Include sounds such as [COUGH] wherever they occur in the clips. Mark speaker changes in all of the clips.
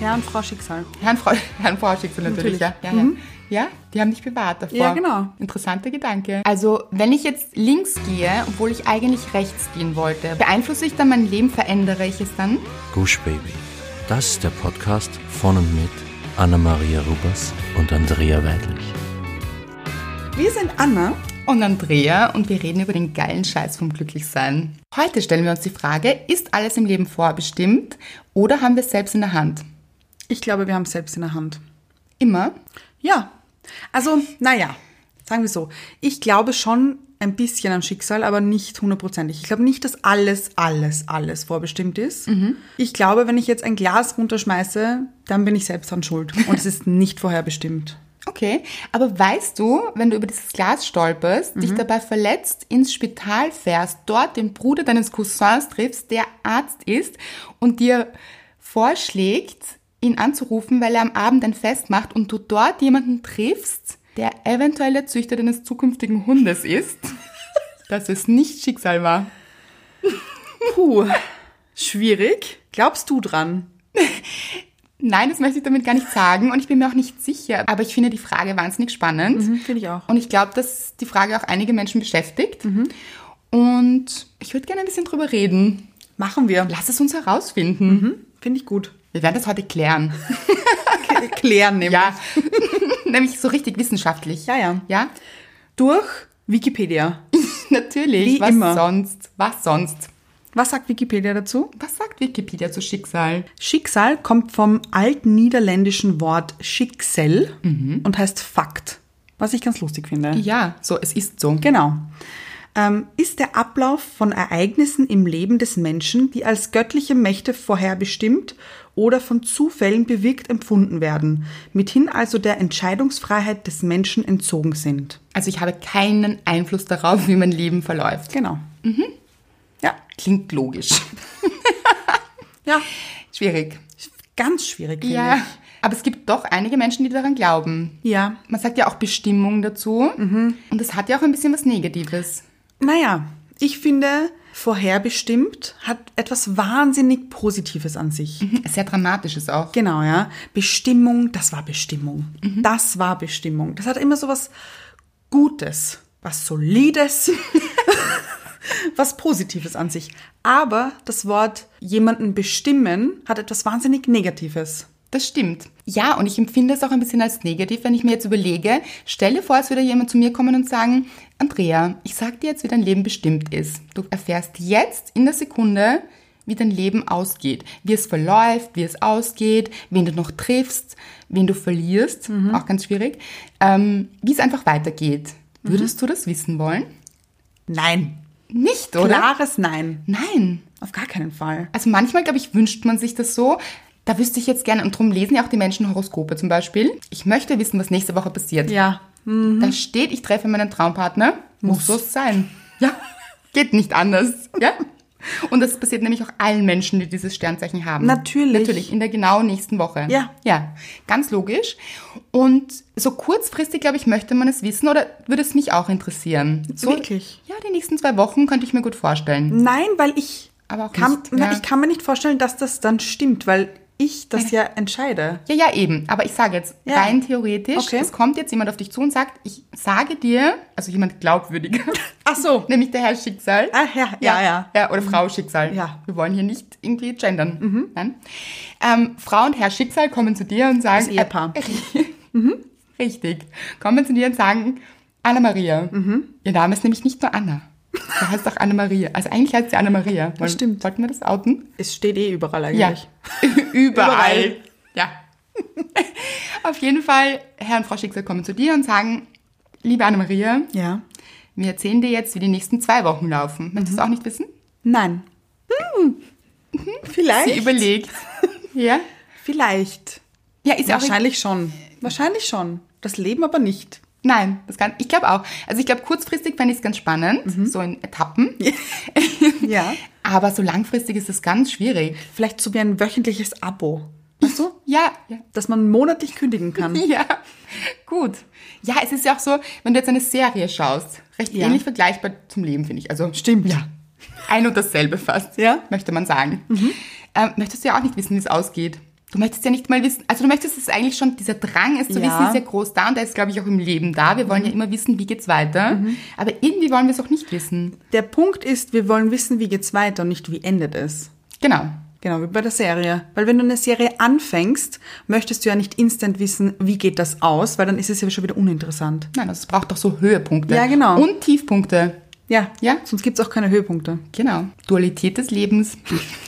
Speaker 1: Herrn Frau Schicksal.
Speaker 2: Herrn, Frau, [LAUGHS] Herrn Frau Schicksal natürlich,
Speaker 1: Natürlich. Mhm.
Speaker 2: ja. Ja, ja. ja, die haben dich bewahrt davor.
Speaker 1: Ja, genau.
Speaker 2: Interessanter Gedanke. Also, wenn ich jetzt links gehe, obwohl ich eigentlich rechts gehen wollte, beeinflusse ich dann mein Leben, verändere ich es dann?
Speaker 3: Gush Baby. Das ist der Podcast von und mit Anna-Maria Rubers und Andrea Weidlich.
Speaker 1: Wir sind Anna.
Speaker 2: Und Andrea und wir reden über den geilen Scheiß vom Glücklichsein. Heute stellen wir uns die Frage, ist alles im Leben vorbestimmt oder haben wir es selbst in der Hand?
Speaker 1: Ich glaube, wir haben es selbst in der Hand.
Speaker 2: Immer?
Speaker 1: Ja. Also, naja, sagen wir so. Ich glaube schon ein bisschen an Schicksal, aber nicht hundertprozentig. Ich glaube nicht, dass alles, alles, alles vorbestimmt ist. Ich glaube, wenn ich jetzt ein Glas runterschmeiße, dann bin ich selbst dran schuld. Und es ist [LAUGHS] nicht vorherbestimmt.
Speaker 2: Okay, aber weißt du, wenn du über dieses Glas stolperst, dich dabei verletzt, ins Spital fährst, dort den Bruder deines Cousins triffst, der Arzt ist und dir vorschlägt, ihn anzurufen, weil er am Abend ein Fest macht und du dort jemanden triffst, der eventuell der Züchter deines zukünftigen Hundes ist, dass es nicht Schicksal war.
Speaker 1: Puh, schwierig. Glaubst du dran?
Speaker 2: Nein, das möchte ich damit gar nicht sagen und ich bin mir auch nicht sicher, aber ich finde die Frage wahnsinnig spannend.
Speaker 1: Finde ich auch.
Speaker 2: Und ich glaube, dass die Frage auch einige Menschen beschäftigt.
Speaker 1: Mhm.
Speaker 2: Und ich würde gerne ein bisschen drüber reden.
Speaker 1: Machen wir.
Speaker 2: Lass es uns herausfinden.
Speaker 1: Finde ich gut.
Speaker 2: Wir werden das heute klären.
Speaker 1: Klären nämlich.
Speaker 2: Ja. [LAUGHS] Nämlich so richtig wissenschaftlich.
Speaker 1: Ja, ja.
Speaker 2: Ja, [LAUGHS]
Speaker 1: Durch Wikipedia.
Speaker 2: natürlich.
Speaker 1: Wie
Speaker 2: Was
Speaker 1: immer.
Speaker 2: sonst? Was sonst?
Speaker 1: Was sagt Wikipedia dazu?
Speaker 2: Was sagt Wikipedia zu Schicksal?
Speaker 1: Schicksal kommt vom altniederländischen Wort Schicksal und heißt Fakt, was ich ganz lustig finde.
Speaker 2: Ja, so, es ist so.
Speaker 1: Genau. Ähm, ist der Ablauf von Ereignissen im Leben des Menschen, die als göttliche Mächte vorherbestimmt oder von Zufällen bewirkt empfunden werden, mithin also der Entscheidungsfreiheit des Menschen entzogen sind.
Speaker 2: Also ich habe keinen Einfluss darauf, wie mein Leben verläuft.
Speaker 1: Genau. Ja,
Speaker 2: Klingt logisch.
Speaker 1: ja,
Speaker 2: Schwierig.
Speaker 1: ganz schwierig. Finde
Speaker 2: Ja. Aber es gibt doch einige Menschen, die daran glauben.
Speaker 1: Ich. Ja.
Speaker 2: Man sagt ja auch Bestimmung dazu. Und das hat ja auch ein bisschen was Negatives.
Speaker 1: Naja, ich finde, vorherbestimmt hat etwas wahnsinnig Positives an sich.
Speaker 2: Sehr dramatisch ist auch.
Speaker 1: Genau, ja. Bestimmung, das war Bestimmung.
Speaker 2: Mhm.
Speaker 1: Das war Bestimmung. Das hat immer so was Gutes, was
Speaker 2: [LAUGHS]
Speaker 1: Solides, was Positives an sich. Aber das Wort jemanden bestimmen hat etwas wahnsinnig Negatives.
Speaker 2: Das stimmt. Ja, und ich empfinde es auch ein bisschen als negativ, wenn ich mir jetzt überlege, stelle vor, es würde jemand zu mir kommen und sagen, Andrea, ich sag dir jetzt, wie dein Leben bestimmt ist. Du erfährst jetzt in der Sekunde, wie dein Leben ausgeht, wie es verläuft, wie es ausgeht, wen du noch triffst, wen du verlierst, auch ganz schwierig, ähm, wie es einfach weitergeht. Würdest du das wissen wollen?
Speaker 1: Nein.
Speaker 2: Nicht, oder?
Speaker 1: Klares Nein.
Speaker 2: Nein.
Speaker 1: Auf gar keinen Fall.
Speaker 2: Also manchmal, glaube ich, wünscht man sich das so. Da wüsste ich jetzt gerne, und drum lesen ja auch die Menschen Horoskope zum Beispiel. Ich möchte wissen, was nächste Woche passiert.
Speaker 1: Ja. Hm.
Speaker 2: Da steht, ich treffe meinen Traumpartner. Muss so sein. Ja, geht nicht anders. Ja? Und das passiert nämlich auch allen Menschen, die dieses Sternzeichen haben.
Speaker 1: Natürlich.
Speaker 2: Natürlich, in der genau nächsten Woche.
Speaker 1: Ja.
Speaker 2: Ja, ganz logisch. Und so kurzfristig, glaube ich, möchte man es wissen oder würde es mich auch interessieren. So,
Speaker 1: Wirklich?
Speaker 2: Ja, die nächsten zwei Wochen könnte ich mir gut vorstellen.
Speaker 1: Nein, weil ich,
Speaker 2: Aber auch
Speaker 1: kann,
Speaker 2: nicht,
Speaker 1: na,
Speaker 2: ja.
Speaker 1: ich kann mir nicht vorstellen, dass das dann stimmt, weil ich das ja entscheide.
Speaker 2: Ja, ja, eben. Aber ich sage jetzt,
Speaker 1: Ja.
Speaker 2: rein theoretisch,
Speaker 1: Okay.
Speaker 2: es kommt jetzt jemand auf dich zu und sagt, ich sage dir, also jemand glaubwürdiger, [LAUGHS]
Speaker 1: Ach so.
Speaker 2: nämlich der Herr Schicksal.
Speaker 1: Ah, ja, ja, ja. Mhm.
Speaker 2: Ja, oder Frau Schicksal.
Speaker 1: Ja. Mhm.
Speaker 2: Wir wollen hier nicht irgendwie gendern. Nein. Ähm, Frau und Herr Schicksal kommen zu dir und sagen...
Speaker 1: Das Ehepaar.
Speaker 2: Äh, [LAUGHS] Richtig. Kommen zu dir und sagen, Anna-Maria.
Speaker 1: Mhm.
Speaker 2: Ihr Name ist nämlich nicht nur Anna. Du heißt auch Anna-Maria. Also eigentlich heißt sie Anna-Maria. Wollen-
Speaker 1: stimmt.
Speaker 2: Sollten wir das outen?
Speaker 1: Es steht eh überall eigentlich.
Speaker 2: [LAUGHS] Überall.
Speaker 1: Überall.
Speaker 2: Ja. [LAUGHS] Auf jeden Fall, Herr und Frau Schicksal kommen zu dir und sagen, liebe Anna-Maria,
Speaker 1: Ja.
Speaker 2: wir erzählen dir jetzt, wie die nächsten zwei Wochen laufen. Möchtest du
Speaker 1: Mhm.
Speaker 2: auch nicht wissen?
Speaker 1: Nein. Hm. Mhm. Vielleicht.
Speaker 2: Sie überlegt. ja?
Speaker 1: Vielleicht.
Speaker 2: Ja, ist ja auch...
Speaker 1: Wahrscheinlich schon. Wahrscheinlich schon. Das Leben aber nicht.
Speaker 2: Nein, das kann, ich glaube auch. Also ich glaube, kurzfristig fände ich es ganz spannend,
Speaker 1: Mhm.
Speaker 2: so in Etappen.
Speaker 1: Ja.
Speaker 2: [LAUGHS] Aber so langfristig ist es ganz schwierig.
Speaker 1: Vielleicht so wie ein wöchentliches Abo. Weißt du?
Speaker 2: Ja, ja.
Speaker 1: Dass man monatlich kündigen kann.
Speaker 2: [LAUGHS] Ja, gut. Ja, es ist ja auch so, wenn du jetzt eine Serie schaust, recht
Speaker 1: Ja.
Speaker 2: ähnlich vergleichbar zum Leben, finde ich. Also
Speaker 1: Stimmt.
Speaker 2: Ja. Ein und dasselbe fast,
Speaker 1: Ja. Mhm.
Speaker 2: möchte man sagen. Ähm, möchtest du ja auch nicht wissen, wie es ausgeht. Du Du möchtest ja nicht mal wissen, also du möchtest es eigentlich schon, dieser Drang, es
Speaker 1: Ja.
Speaker 2: zu
Speaker 1: Mhm.
Speaker 2: wissen, ist ja groß da und der ist, glaube ich, auch im Leben da. Wir wollen ja immer wissen, wie geht's weiter. Aber irgendwie wollen wir es auch nicht wissen.
Speaker 1: Der Punkt ist, wir wollen wissen, wie geht's weiter und nicht wie endet es.
Speaker 2: Genau.
Speaker 1: Genau, wie bei der Serie. Weil wenn du eine Serie anfängst, möchtest du ja nicht instant wissen, wie geht das aus, weil dann ist es ja schon wieder uninteressant.
Speaker 2: Nein, also es braucht doch so Höhepunkte.
Speaker 1: Ja, genau.
Speaker 2: Und Tiefpunkte.
Speaker 1: Ja,
Speaker 2: Ja.
Speaker 1: sonst gibt's auch keine Höhepunkte.
Speaker 2: Genau. Dualität des Lebens. [LAUGHS]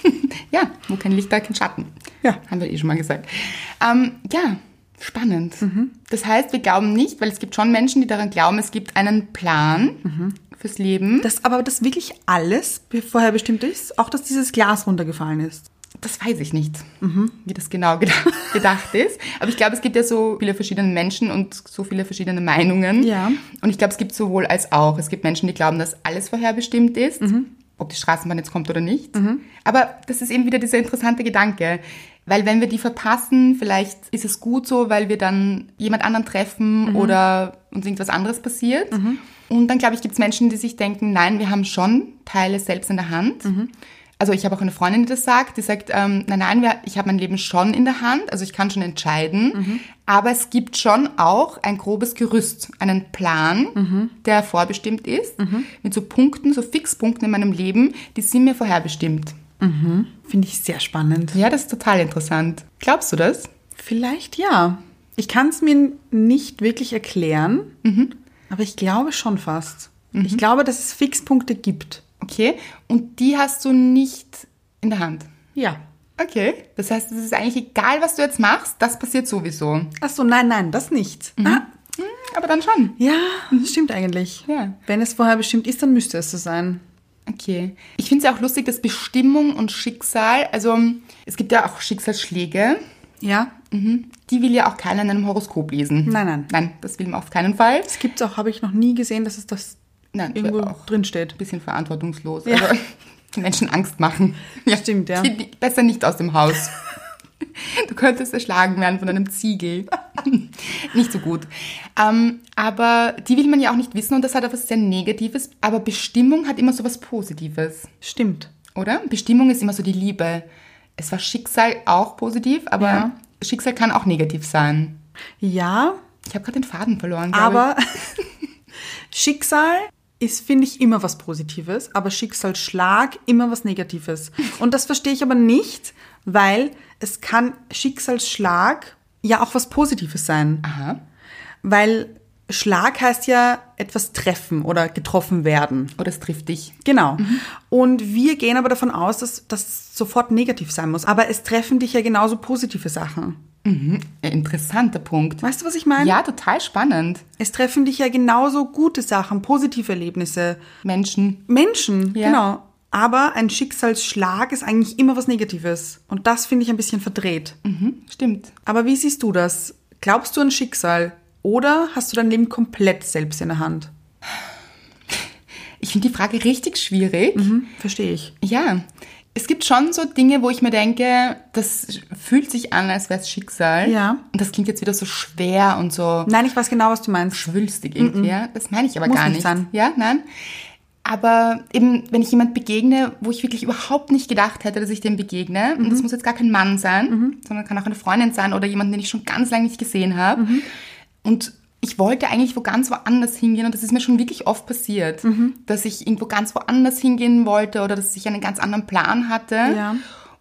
Speaker 2: ja, wo kein Licht, da kein Schatten.
Speaker 1: Ja.
Speaker 2: Haben wir eh schon mal gesagt. Ähm, ja, spannend.
Speaker 1: Mhm.
Speaker 2: Das heißt, wir glauben nicht, weil es gibt schon Menschen, die daran glauben, es gibt einen Plan fürs Leben.
Speaker 1: Mhm. Das, aber das wirklich alles vorher bestimmt ist, auch dass dieses Glas runtergefallen ist.
Speaker 2: Das weiß ich nicht, wie das genau gedacht, [LAUGHS] gedacht ist. Aber ich glaube, es gibt ja so viele verschiedene Menschen und so viele verschiedene Meinungen.
Speaker 1: Ja.
Speaker 2: Und ich glaube, es gibt sowohl als auch. Es gibt Menschen, die glauben, dass alles vorherbestimmt ist, ob die Straßenbahn jetzt kommt oder nicht. Aber das ist eben wieder dieser interessante Gedanke. Weil wenn wir die verpassen, vielleicht ist es gut so, weil wir dann jemand anderen treffen oder uns irgendwas anderes passiert. Und dann, glaube ich, gibt es Menschen, die sich denken, nein, wir haben schon Teile selbst in der Hand. Also ich habe auch eine Freundin, die das sagt, die sagt, ähm, nein, nein, wir, ich habe mein Leben schon in der Hand, also ich kann schon entscheiden, aber es gibt schon auch ein grobes Gerüst, einen Plan, der vorbestimmt ist, mit so Punkten, so Fixpunkten in meinem Leben, die sind mir vorherbestimmt.
Speaker 1: Finde ich sehr spannend.
Speaker 2: Ja, das ist total interessant. Glaubst du das?
Speaker 1: Vielleicht ja. Ich kann es mir nicht wirklich erklären,
Speaker 2: Mhm.
Speaker 1: aber ich glaube schon fast. Ich glaube, dass es Fixpunkte gibt.
Speaker 2: Okay, und die hast du nicht in der Hand.
Speaker 1: Ja.
Speaker 2: Okay. Das heißt, es ist eigentlich egal, was du jetzt machst, das passiert sowieso.
Speaker 1: Ach so, nein, nein, das nicht.
Speaker 2: Mhm.
Speaker 1: Ah,
Speaker 2: Aber dann schon.
Speaker 1: ja, stimmt eigentlich.
Speaker 2: Ja.
Speaker 1: Wenn es vorher bestimmt ist, dann müsste es so sein.
Speaker 2: Okay. Ich finde es ja auch lustig, dass Bestimmung und Schicksal, also es gibt ja auch Schicksalsschläge,
Speaker 1: Ja,
Speaker 2: die will ja auch keiner in einem Horoskop lesen.
Speaker 1: Nein, nein.
Speaker 2: Nein, das will man auf keinen Fall.
Speaker 1: es gibt auch, habe ich noch nie gesehen, dass es das
Speaker 2: Nein, ich
Speaker 1: irgendwo
Speaker 2: will auch.
Speaker 1: drin
Speaker 2: Ein
Speaker 1: steht.
Speaker 2: bisschen verantwortungslos.
Speaker 1: Ja.
Speaker 2: Also [LAUGHS] den Menschen Angst machen.
Speaker 1: Stimmt, ja.
Speaker 2: Geh bi- Besser nicht aus dem Haus. [LAUGHS] Du könntest erschlagen werden von einem Ziegel. [LAUGHS] nicht so gut. Ähm, aber die will man ja auch nicht wissen und das hat auch was sehr Negatives. Aber Bestimmung hat immer so was Positives.
Speaker 1: Stimmt.
Speaker 2: Oder? Bestimmung ist immer so die Liebe. Es war Schicksal auch positiv, aber
Speaker 1: Ja.
Speaker 2: Schicksal kann auch negativ sein.
Speaker 1: Ja,
Speaker 2: Ich habe gerade den Faden verloren. glaub
Speaker 1: aber [LAUGHS] Schicksal ist, finde ich, immer was Positives, aber Schicksalsschlag immer was Negatives. Und das verstehe ich aber nicht, weil es kann Schicksalsschlag ja auch was Positives sein.
Speaker 2: ich. Aha.
Speaker 1: Weil Schlag heißt ja etwas treffen oder getroffen werden.
Speaker 2: Oder es Oh, trifft dich.
Speaker 1: Genau.
Speaker 2: Mhm.
Speaker 1: Und wir gehen aber davon aus, dass das sofort negativ sein muss. Aber es treffen dich ja genauso positive Sachen.
Speaker 2: Ein Äh, interessanter Punkt.
Speaker 1: Weißt du, was ich meine?
Speaker 2: Ja, total spannend.
Speaker 1: Es treffen dich ja genauso gute Sachen, positive Erlebnisse,
Speaker 2: Menschen.
Speaker 1: Menschen,
Speaker 2: Ja.
Speaker 1: genau. Aber ein Schicksalsschlag ist eigentlich immer was Negatives. Und das finde ich ein bisschen verdreht.
Speaker 2: Mhm, stimmt.
Speaker 1: Aber wie siehst du das? Glaubst du an Schicksal oder hast du dein Leben komplett selbst in der Hand?
Speaker 2: Ich finde die Frage richtig schwierig.
Speaker 1: Hm, verstehe ich.
Speaker 2: Ja. Es gibt schon so Dinge, wo ich mir denke, das fühlt sich an, als wäre es Schicksal.
Speaker 1: Ja.
Speaker 2: Und das klingt jetzt wieder so schwer und so.
Speaker 1: Nein, ich weiß genau, was du meinst.
Speaker 2: schwülstig irgendwie. Ja? Das meine ich aber
Speaker 1: Muss
Speaker 2: gar
Speaker 1: nicht
Speaker 2: nicht.
Speaker 1: sein.
Speaker 2: Ja, nein. Aber eben, wenn ich jemand begegne, wo ich wirklich überhaupt nicht gedacht hätte, dass ich dem begegne, und
Speaker 1: Mhm.
Speaker 2: das muss jetzt gar kein Mann sein, sondern kann auch eine Freundin sein oder jemand, den ich schon ganz lange nicht gesehen habe.
Speaker 1: Mhm.
Speaker 2: Und ich wollte eigentlich wo ganz woanders hingehen und das ist mir schon wirklich oft passiert,
Speaker 1: Mhm.
Speaker 2: dass ich irgendwo ganz woanders hingehen wollte oder dass ich einen ganz anderen Plan hatte
Speaker 1: Ja.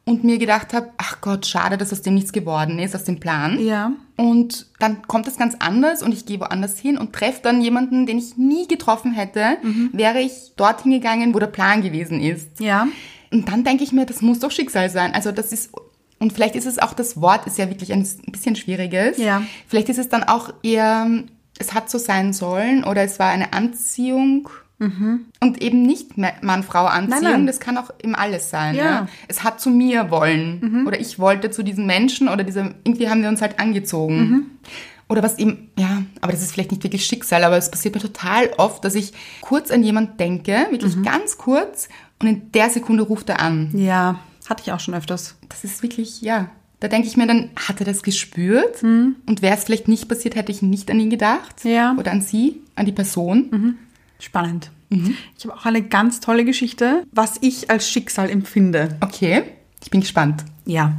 Speaker 2: und mir gedacht habe, ach Gott, schade, dass aus dem nichts geworden ist, aus dem Plan.
Speaker 1: Ja.
Speaker 2: Und dann kommt es ganz anders und ich gehe woanders hin und treffe dann jemanden, den ich nie getroffen hätte,
Speaker 1: Mhm.
Speaker 2: wäre ich dorthin gegangen, wo der Plan gewesen ist.
Speaker 1: Ja.
Speaker 2: Und dann denke ich mir, das muss doch Schicksal sein. Also das ist, und vielleicht ist es auch, das Wort ist ja wirklich ein bisschen schwieriges.
Speaker 1: Ja.
Speaker 2: Vielleicht ist es dann auch eher, es hat so sein sollen oder es war eine Anziehung. Und eben nicht Mann-Frau-Anziehung,
Speaker 1: Mhm. Nein, nein.
Speaker 2: das kann auch im Alles sein.
Speaker 1: Ja. Mhm.
Speaker 2: Ne? Es hat zu mir wollen oder ich wollte zu diesem Menschen oder diesem, irgendwie haben wir uns halt angezogen.
Speaker 1: Mhm.
Speaker 2: Oder was eben, ja, aber das ist vielleicht nicht wirklich Schicksal, aber es passiert mir total oft, dass ich kurz an jemand denke, wirklich
Speaker 1: Mhm.
Speaker 2: ganz kurz, und in der Sekunde ruft er an.
Speaker 1: Ja. Hatte ich auch schon öfters.
Speaker 2: Das ist wirklich, ja. Da denke ich mir dann, hat er das gespürt? Und wäre es vielleicht nicht passiert, hätte ich nicht an ihn gedacht.
Speaker 1: Mhm. Ja. Mhm.
Speaker 2: Oder an sie, an die Person.
Speaker 1: Spannend. Ich habe auch eine ganz tolle Geschichte, was ich als Schicksal empfinde.
Speaker 2: Okay, ich bin gespannt.
Speaker 1: Ja.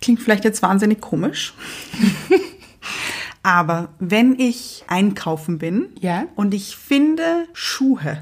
Speaker 1: Klingt vielleicht jetzt wahnsinnig [LAUGHS] komisch. Aber wenn ich einkaufen bin
Speaker 2: Ja.
Speaker 1: und ich finde [LAUGHS] Schuhe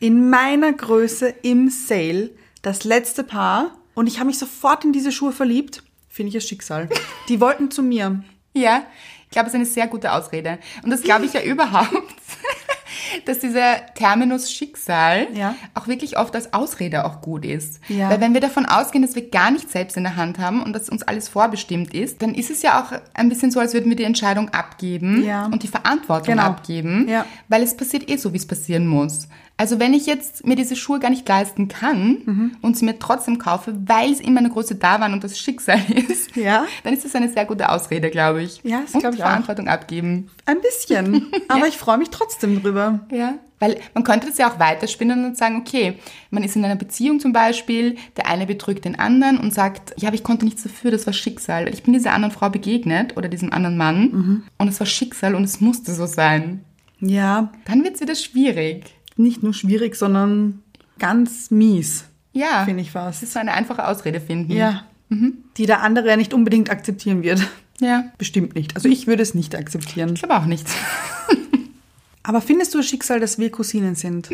Speaker 1: in meiner Größe im Sale, das letzte Paar, und ich habe mich sofort in diese Schuhe verliebt, finde ich ein [LAUGHS] Schicksal. Die wollten zu mir.
Speaker 2: Ja, ich glaube, es ist eine sehr gute Ausrede. Und das glaube
Speaker 1: [LAUGHS]
Speaker 2: ich ja überhaupt, [LAUGHS] dass dieser Terminus Schicksal
Speaker 1: Ja.
Speaker 2: auch wirklich oft als Ausrede auch gut ist.
Speaker 1: Ja.
Speaker 2: Weil wenn wir davon ausgehen, dass wir gar nichts selbst in der Hand haben und dass uns alles vorbestimmt ist, dann ist es ja auch ein bisschen so, als würden wir die Entscheidung abgeben
Speaker 1: Ja.
Speaker 2: und die Verantwortung
Speaker 1: Genau.
Speaker 2: abgeben,
Speaker 1: Ja.
Speaker 2: weil es passiert eh so, wie es passieren muss. Also wenn ich jetzt mir diese Schuhe gar nicht leisten kann
Speaker 1: Mhm.
Speaker 2: und sie mir trotzdem kaufe, weil sie in meiner Größe da waren und das Schicksal [LAUGHS] ist,
Speaker 1: Ja.
Speaker 2: dann ist das eine sehr gute Ausrede, glaube ich.
Speaker 1: Ja, das
Speaker 2: Und
Speaker 1: glaub ich auch.
Speaker 2: Verantwortung abgeben.
Speaker 1: Ein [LAUGHS] bisschen. Aber ich freue mich trotzdem drüber.
Speaker 2: Ja. Weil man könnte das ja auch weiterspinnen und sagen, okay, man ist in einer Beziehung zum Beispiel, der eine betrügt den anderen und sagt, ja, aber ich konnte nichts dafür, das war Schicksal. Ich bin dieser anderen Frau begegnet oder diesem anderen Mann
Speaker 1: Mhm.
Speaker 2: und es war Schicksal und es musste so sein.
Speaker 1: Ja,
Speaker 2: Dann wird es wieder schwierig.
Speaker 1: nicht nur schwierig, sondern ganz mies.
Speaker 2: Ja.
Speaker 1: Finde ich was.
Speaker 2: Das ist so eine einfache Ausrede finden.
Speaker 1: Ja. Mhm. Die der andere ja nicht unbedingt akzeptieren wird.
Speaker 2: Ja.
Speaker 1: Bestimmt nicht. Also ich würde es nicht akzeptieren.
Speaker 2: Ich glaube auch nicht. [LAUGHS]
Speaker 1: Aber findest du das Schicksal, dass wir Cousinen sind?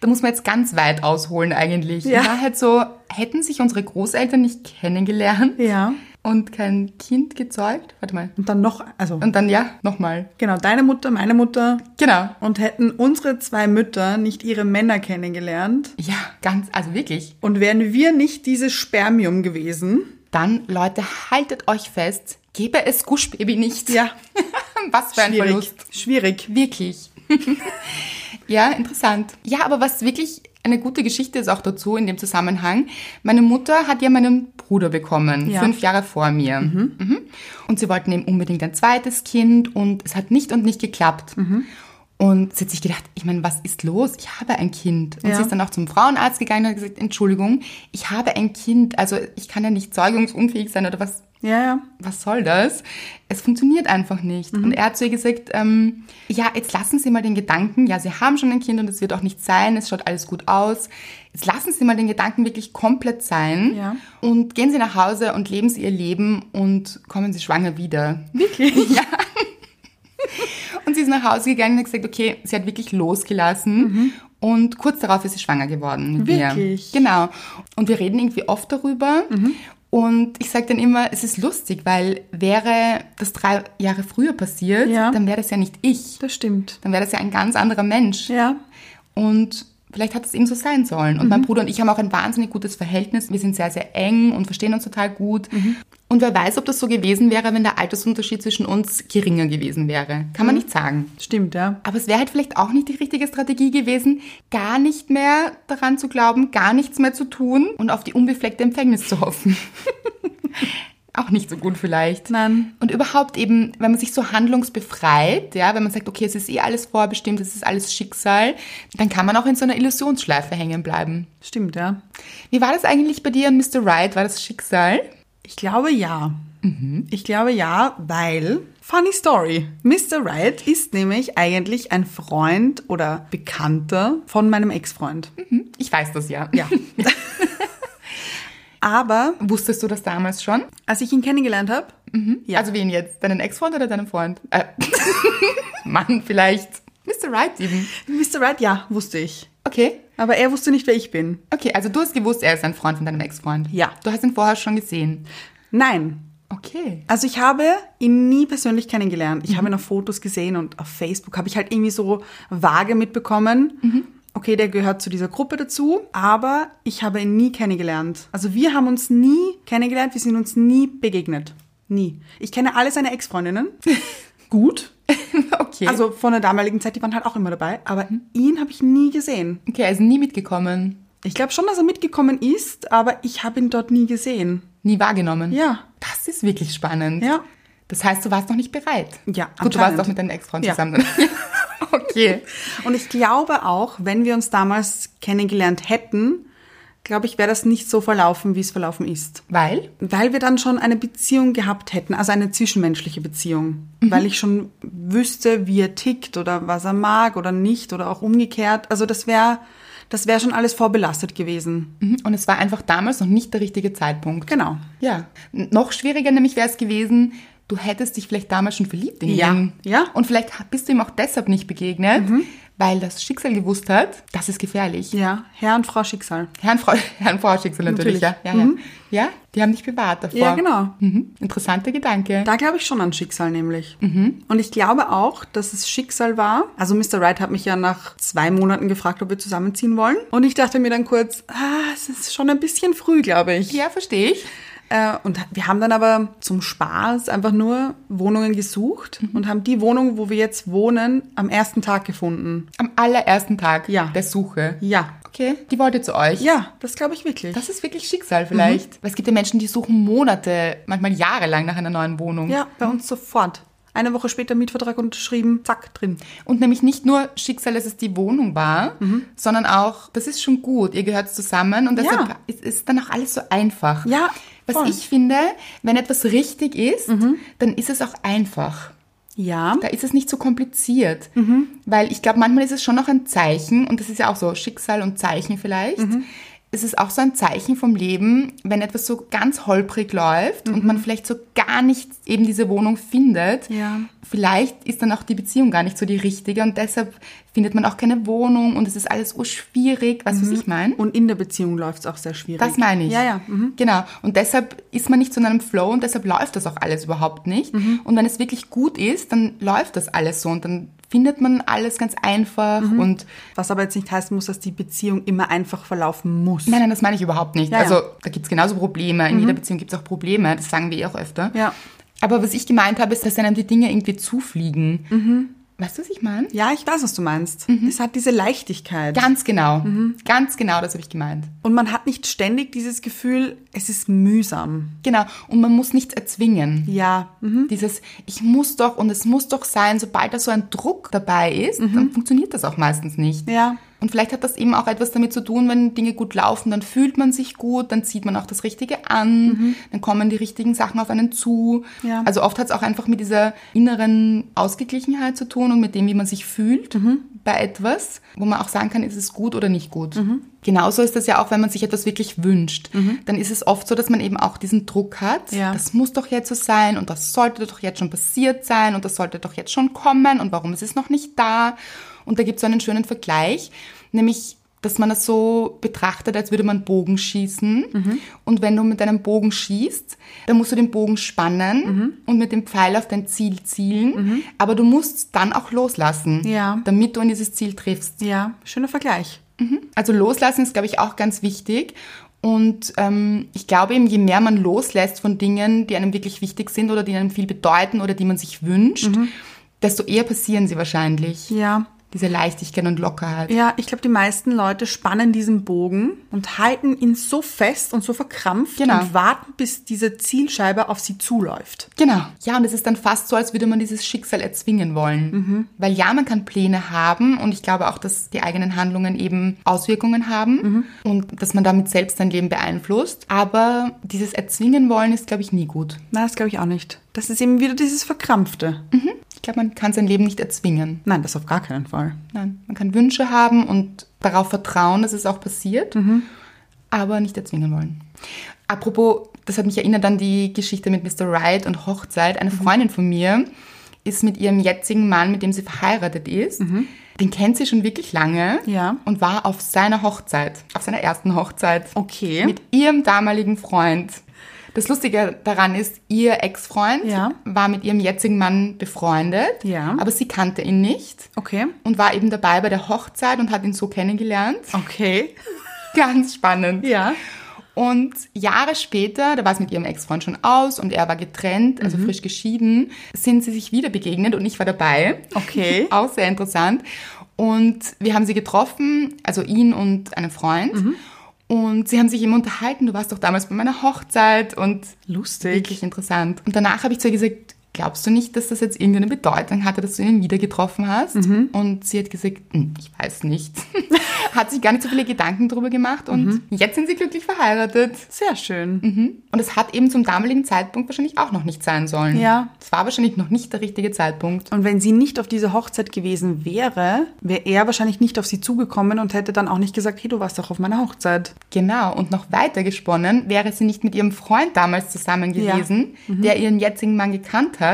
Speaker 2: Da muss man jetzt ganz weit ausholen eigentlich.
Speaker 1: Ja.
Speaker 2: War halt so, hätten sich unsere Großeltern nicht kennengelernt
Speaker 1: ja.
Speaker 2: und kein Kind gezeugt, warte mal,
Speaker 1: Und dann noch, also
Speaker 2: und dann ja, nochmal.
Speaker 1: genau, deine Mutter, meine Mutter.
Speaker 2: Genau.
Speaker 1: Und hätten unsere zwei Mütter nicht ihre Männer kennengelernt
Speaker 2: Ja, ganz, also wirklich.
Speaker 1: und wären wir nicht dieses Spermium gewesen.
Speaker 2: Dann, Leute, haltet euch fest, gebe es Guschbaby nicht.
Speaker 1: Ja,
Speaker 2: Was für ein
Speaker 1: schwierig.
Speaker 2: Verlust.
Speaker 1: Schwierig.
Speaker 2: Wirklich. [LAUGHS] ja, interessant. Ja, aber was wirklich eine gute Geschichte ist auch dazu in dem Zusammenhang, meine Mutter hat ja meinen Bruder bekommen,
Speaker 1: Ja.
Speaker 2: fünf Jahre vor mir. Mhm. Und sie wollten eben unbedingt ein zweites Kind und es hat nicht und nicht geklappt. Und sie hat sich gedacht, ich meine, was ist los? Ich habe ein Kind. Und
Speaker 1: Ja.
Speaker 2: sie ist dann auch zum Frauenarzt gegangen und hat gesagt, Entschuldigung, ich habe ein Kind. Also ich kann ja nicht zeugungsunfähig sein oder was
Speaker 1: Ja, ja.
Speaker 2: was soll das? Es funktioniert einfach nicht.
Speaker 1: Mhm.
Speaker 2: Und er hat zu ihr gesagt, ähm, ja, jetzt lassen Sie mal den Gedanken, ja, Sie haben schon ein Kind und es wird auch nicht sein, es schaut alles gut aus. Jetzt lassen Sie mal den Gedanken wirklich komplett sein
Speaker 1: Ja.
Speaker 2: und gehen Sie nach Hause und leben Sie Ihr Leben und kommen Sie schwanger wieder.
Speaker 1: Wirklich?
Speaker 2: [LAUGHS] Ja. Und sie ist nach Hause gegangen und hat gesagt, okay, sie hat wirklich losgelassen. Und kurz darauf ist sie schwanger geworden mit
Speaker 1: Mhm. Wirklich?
Speaker 2: mir. Genau. Und wir reden irgendwie oft darüber. Und ich sage dann immer, es ist lustig, weil wäre das drei Jahre früher passiert,
Speaker 1: Ja.
Speaker 2: dann wäre das ja nicht ich.
Speaker 1: Das stimmt.
Speaker 2: Dann wäre das ja ein ganz anderer Mensch.
Speaker 1: Ja.
Speaker 2: Und vielleicht hat es eben so sein sollen. Und
Speaker 1: Mhm.
Speaker 2: mein Bruder und ich haben auch ein wahnsinnig gutes Verhältnis. Wir sind sehr, sehr eng und verstehen uns total gut. Und wer weiß, ob das so gewesen wäre, wenn der Altersunterschied zwischen uns geringer gewesen wäre. Kann
Speaker 1: Mhm.
Speaker 2: man nicht sagen.
Speaker 1: Stimmt, ja.
Speaker 2: Aber es wäre halt vielleicht auch nicht die richtige Strategie gewesen, gar nicht mehr daran zu glauben, gar nichts mehr zu tun und auf die unbefleckte Empfängnis zu hoffen. [LAUGHS] auch nicht so gut vielleicht.
Speaker 1: Nein.
Speaker 2: Und überhaupt eben, wenn man sich so handlungsbefreit, ja, wenn man sagt, okay, es ist eh alles vorbestimmt, es ist alles Schicksal, dann kann man auch in so einer Illusionsschleife hängen bleiben.
Speaker 1: Stimmt, ja.
Speaker 2: Wie war das eigentlich bei dir, Mr. Right? War das Schicksal?
Speaker 1: Ich glaube ja. Ich glaube ja, weil. Funny Story. Mr. Right ist nämlich eigentlich ein Freund oder Bekannter von meinem Ex-Freund.
Speaker 2: Hm, Ich weiß das ja.
Speaker 1: [LAUGHS]
Speaker 2: [LAUGHS]
Speaker 1: Ja. Aber
Speaker 2: Wusstest du das damals schon?
Speaker 1: als ich ihn kennengelernt habe, ja.
Speaker 2: Also wen jetzt? Deinen Ex-Freund oder deinen Freund? Äh, [LAUGHS] Mann, vielleicht. Mr. Right eben.
Speaker 1: Mr. Right, ja, wusste ich.
Speaker 2: Okay.
Speaker 1: Aber er wusste nicht, wer ich bin.
Speaker 2: Okay, also du hast gewusst, er ist ein Freund von deinem Ex-Freund.
Speaker 1: Ja.
Speaker 2: Du hast ihn vorher schon gesehen.
Speaker 1: Nein.
Speaker 2: Okay. [LAUGHS]
Speaker 1: Also ich habe ihn nie persönlich kennengelernt. Ich habe ihn auf Fotos gesehen und auf Facebook habe ich halt irgendwie so vage mitbekommen. Okay, der gehört zu dieser Gruppe dazu, aber ich habe ihn nie kennengelernt. Also wir haben uns nie kennengelernt, wir sind uns nie begegnet. Nie. Ich kenne alle seine Ex-Freundinnen. Gut.
Speaker 2: Okay. Also,
Speaker 1: Also von der damaligen Zeit, die waren halt auch immer dabei, aber ihn habe ich nie gesehen.
Speaker 2: okay, er ist nie mitgekommen.
Speaker 1: Ich glaube schon, dass er mitgekommen ist, aber ich habe ihn dort nie gesehen.
Speaker 2: Nie wahrgenommen.
Speaker 1: Ja.
Speaker 2: Das ist wirklich spannend.
Speaker 1: Ja.
Speaker 2: Das heißt, du warst noch nicht bereit.
Speaker 1: Ja,
Speaker 2: Gut, du warst
Speaker 1: anscheinend.
Speaker 2: auch mit deinem Ex-Freund
Speaker 1: Ja.
Speaker 2: zusammen. [LAUGHS] okay.
Speaker 1: Und ich glaube auch, wenn wir uns damals kennengelernt hätten, glaube ich, wäre das nicht so verlaufen, wie es verlaufen ist.
Speaker 2: Weil?
Speaker 1: Weil wir dann schon eine Beziehung gehabt hätten, also eine zwischenmenschliche Beziehung. Weil ich schon wüsste, wie er tickt oder was er mag oder nicht oder auch umgekehrt. Also das wäre, das wäre schon alles vorbelastet gewesen.
Speaker 2: Mhm. Und es war einfach damals noch nicht der richtige Zeitpunkt.
Speaker 1: Genau.
Speaker 2: Ja. N- Noch schwieriger nämlich wäre es gewesen, du hättest dich vielleicht damals schon verliebt in
Speaker 1: Ja,
Speaker 2: ihn.
Speaker 1: ja. Mhm.
Speaker 2: Und vielleicht ha- bist du ihm auch deshalb nicht begegnet, weil das Schicksal gewusst hat, das ist gefährlich.
Speaker 1: Ja, Herr und Frau Schicksal.
Speaker 2: Herrn, Frau, [LAUGHS] Herrn Vorschicksal natürlich,
Speaker 1: Natürlich. Mhm.
Speaker 2: ja. Ja, ja. ja, die haben dich bewahrt davor.
Speaker 1: Ja, genau.
Speaker 2: Mhm. Interessanter Gedanke.
Speaker 1: Da glaube ich schon an Schicksal nämlich.
Speaker 2: Mhm.
Speaker 1: Und ich glaube auch, dass es Schicksal war. Also Mr. Wright hat mich ja nach zwei Monaten gefragt, ob wir zusammenziehen wollen. Und ich dachte mir dann kurz, ah, es ist schon ein bisschen früh, glaube ich.
Speaker 2: ja, verstehe ich.
Speaker 1: Äh, und wir haben dann aber zum Spaß einfach nur Wohnungen gesucht
Speaker 2: Mhm.
Speaker 1: und haben die Wohnung, wo wir jetzt wohnen, am ersten Tag gefunden.
Speaker 2: Am allerersten Tag
Speaker 1: Ja.
Speaker 2: der Suche.
Speaker 1: Ja.
Speaker 2: Okay, die wollte zu euch.
Speaker 1: Ja, Mhm. das glaube ich wirklich.
Speaker 2: Das ist wirklich Schicksal vielleicht. Weil es gibt ja Menschen, die suchen Monate, manchmal jahrelang nach einer neuen Wohnung.
Speaker 1: ja, bei uns sofort. Eine Woche später Mietvertrag unterschrieben, zack, drin.
Speaker 2: Und nämlich nicht nur Schicksal, dass es die Wohnung war,
Speaker 1: Mhm.
Speaker 2: sondern auch, das ist schon gut, ihr gehört zusammen und deshalb
Speaker 1: Ja.
Speaker 2: ist, ist dann auch alles so einfach.
Speaker 1: Ja,
Speaker 2: Was
Speaker 1: voll. Mhm.
Speaker 2: ich finde, wenn etwas richtig ist, dann ist es auch einfach.
Speaker 1: Ja.
Speaker 2: Da ist es nicht so kompliziert. Weil ich glaube, manchmal ist es schon noch ein Zeichen, und das ist ja auch so Schicksal und Zeichen vielleicht. Es ist auch so ein Zeichen vom Leben, wenn etwas so ganz holprig läuft und man vielleicht so gar nicht eben diese Wohnung findet.
Speaker 1: Ja.
Speaker 2: Vielleicht ist dann auch die Beziehung gar nicht so die richtige und deshalb findet man auch keine Wohnung und es ist alles urschwierig. Weißt du, was ich meine?
Speaker 1: Und in der Beziehung läuft es auch sehr schwierig.
Speaker 2: Das meine ich.
Speaker 1: Ja, ja. Mhm.
Speaker 2: Genau. Und deshalb ist man nicht so in einem Flow und deshalb läuft das auch alles überhaupt nicht.
Speaker 1: Mhm.
Speaker 2: Und wenn es wirklich gut ist, dann läuft das alles so und dann findet man alles ganz einfach
Speaker 1: Mhm.
Speaker 2: und
Speaker 1: Was aber jetzt nicht heißen muss, dass die Beziehung immer einfach verlaufen muss.
Speaker 2: nein, nein, das meine ich überhaupt nicht.
Speaker 1: Ja, ja.
Speaker 2: also da gibt es genauso Probleme. In jeder Beziehung gibt es auch Probleme. Das sagen wir eh auch öfter.
Speaker 1: Ja.
Speaker 2: Aber was ich gemeint habe, ist, dass einem die Dinge irgendwie zufliegen. Weißt du, was ich meine?
Speaker 1: Mhm. Ja, ich weiß, was du meinst.
Speaker 2: Mhm.
Speaker 1: Es hat diese Leichtigkeit.
Speaker 2: Ganz genau.
Speaker 1: Mhm.
Speaker 2: Ganz genau, das habe ich gemeint.
Speaker 1: Und man hat nicht ständig dieses Gefühl, es ist mühsam.
Speaker 2: Genau. Und man muss nichts erzwingen.
Speaker 1: Ja. Mhm.
Speaker 2: Dieses, ich muss doch und es muss doch sein, sobald da so ein Druck dabei ist, dann funktioniert das auch meistens nicht.
Speaker 1: Mhm. Ja.
Speaker 2: Und vielleicht hat das eben auch etwas damit zu tun, wenn Dinge gut laufen, dann fühlt man sich gut, dann zieht man auch das Richtige an, dann kommen die richtigen Sachen auf einen zu.
Speaker 1: Mhm. Ja.
Speaker 2: Also oft hat es auch einfach mit dieser inneren Ausgeglichenheit zu tun und mit dem, wie man sich fühlt
Speaker 1: Mhm.
Speaker 2: bei etwas, wo man auch sagen kann, ist es gut oder nicht gut.
Speaker 1: Mhm.
Speaker 2: Genauso ist das ja auch, wenn man sich etwas wirklich wünscht. Dann ist es oft so, dass man eben auch diesen Druck hat,
Speaker 1: Ja.
Speaker 2: das muss doch jetzt so sein und das sollte doch jetzt schon passiert sein und das sollte doch jetzt schon kommen und warum ist es noch nicht da? Und da gibt es so einen schönen Vergleich, nämlich, dass man das so betrachtet, als würde man Bogen schießen. Und wenn du mit deinem Bogen schießt, dann musst du den Bogen spannen und mit dem Pfeil auf dein Ziel zielen. Aber du musst dann auch loslassen,
Speaker 1: Ja.
Speaker 2: damit du in dieses Ziel triffst.
Speaker 1: Ja, schöner Vergleich.
Speaker 2: Also loslassen ist, glaube ich, auch ganz wichtig. Und ähm, ich glaube eben, je mehr man loslässt von Dingen, die einem wirklich wichtig sind oder die einem viel bedeuten oder die man sich wünscht, desto eher passieren sie wahrscheinlich.
Speaker 1: Ja.
Speaker 2: Diese Leichtigkeit und Lockerheit.
Speaker 1: Ja, ich glaube, die meisten Leute spannen diesen Bogen und halten ihn so fest und so verkrampft
Speaker 2: Genau.
Speaker 1: und warten, bis diese Zielscheibe auf sie zuläuft.
Speaker 2: Genau. Ja, und es ist dann fast so, als würde man dieses Schicksal erzwingen wollen. Weil ja, man kann Pläne haben und ich glaube auch, dass die eigenen Handlungen eben Auswirkungen haben und dass man damit selbst sein Leben beeinflusst. Aber dieses Erzwingen wollen ist, glaube ich, nie gut.
Speaker 1: Na, das glaube ich auch nicht. Das ist eben wieder dieses Verkrampfte.
Speaker 2: Ich glaube, man kann sein Leben nicht erzwingen.
Speaker 1: Nein, das auf gar keinen Fall.
Speaker 2: Nein, man kann Wünsche haben und darauf vertrauen, dass es auch passiert,
Speaker 1: Mhm.
Speaker 2: aber nicht erzwingen wollen. Apropos, das hat mich erinnert an die Geschichte mit Mr. Wright und Hochzeit.
Speaker 1: Mhm.
Speaker 2: Eine Freundin von mir ist mit ihrem jetzigen Mann, mit dem sie verheiratet ist, den kennt sie schon wirklich lange
Speaker 1: Mhm. Ja.
Speaker 2: und war auf seiner Hochzeit, auf seiner ersten Hochzeit
Speaker 1: Okay.
Speaker 2: mit ihrem damaligen Freund. Das Lustige daran ist, ihr Ex-Freund
Speaker 1: Ja.
Speaker 2: war mit ihrem jetzigen Mann befreundet,
Speaker 1: Ja.
Speaker 2: aber sie kannte ihn nicht
Speaker 1: Okay.
Speaker 2: und war eben dabei bei der Hochzeit und hat ihn so kennengelernt. [LAUGHS]
Speaker 1: Okay.
Speaker 2: Ganz spannend.
Speaker 1: Ja.
Speaker 2: Und Jahre später, da war es mit ihrem Ex-Freund schon aus und er war getrennt, also frisch geschieden, sind sie sich wieder begegnet und ich war dabei.
Speaker 1: Okay.
Speaker 2: Auch sehr interessant. Und wir haben sie getroffen, also ihn und einen Freund.
Speaker 1: Mhm.
Speaker 2: Und sie haben sich eben unterhalten, du warst doch damals bei meiner Hochzeit und
Speaker 1: Lustig.
Speaker 2: wirklich interessant. Und danach habe ich zu ihr gesagt, Glaubst du nicht, dass das jetzt irgendeine Bedeutung hatte, dass du ihn wieder getroffen hast?
Speaker 1: Mhm.
Speaker 2: Und sie hat gesagt, "Hm, ich weiß nicht. [LAUGHS] hat sich gar nicht so viele Gedanken drüber gemacht und
Speaker 1: Mhm.
Speaker 2: jetzt sind sie glücklich verheiratet.
Speaker 1: Sehr schön.
Speaker 2: Und es hat eben zum damaligen Zeitpunkt wahrscheinlich auch noch nicht sein sollen.
Speaker 1: Ja.
Speaker 2: Es war wahrscheinlich noch nicht der richtige Zeitpunkt.
Speaker 1: Und wenn sie nicht auf diese Hochzeit gewesen wäre, wäre er wahrscheinlich nicht auf sie zugekommen und hätte dann auch nicht gesagt, hey, du warst doch auf meiner Hochzeit.
Speaker 2: Genau. Und noch weiter gesponnen, wäre sie nicht mit ihrem Freund damals zusammen
Speaker 1: Ja. Mhm.
Speaker 2: gewesen, der ihren jetzigen Mann gekannt hat,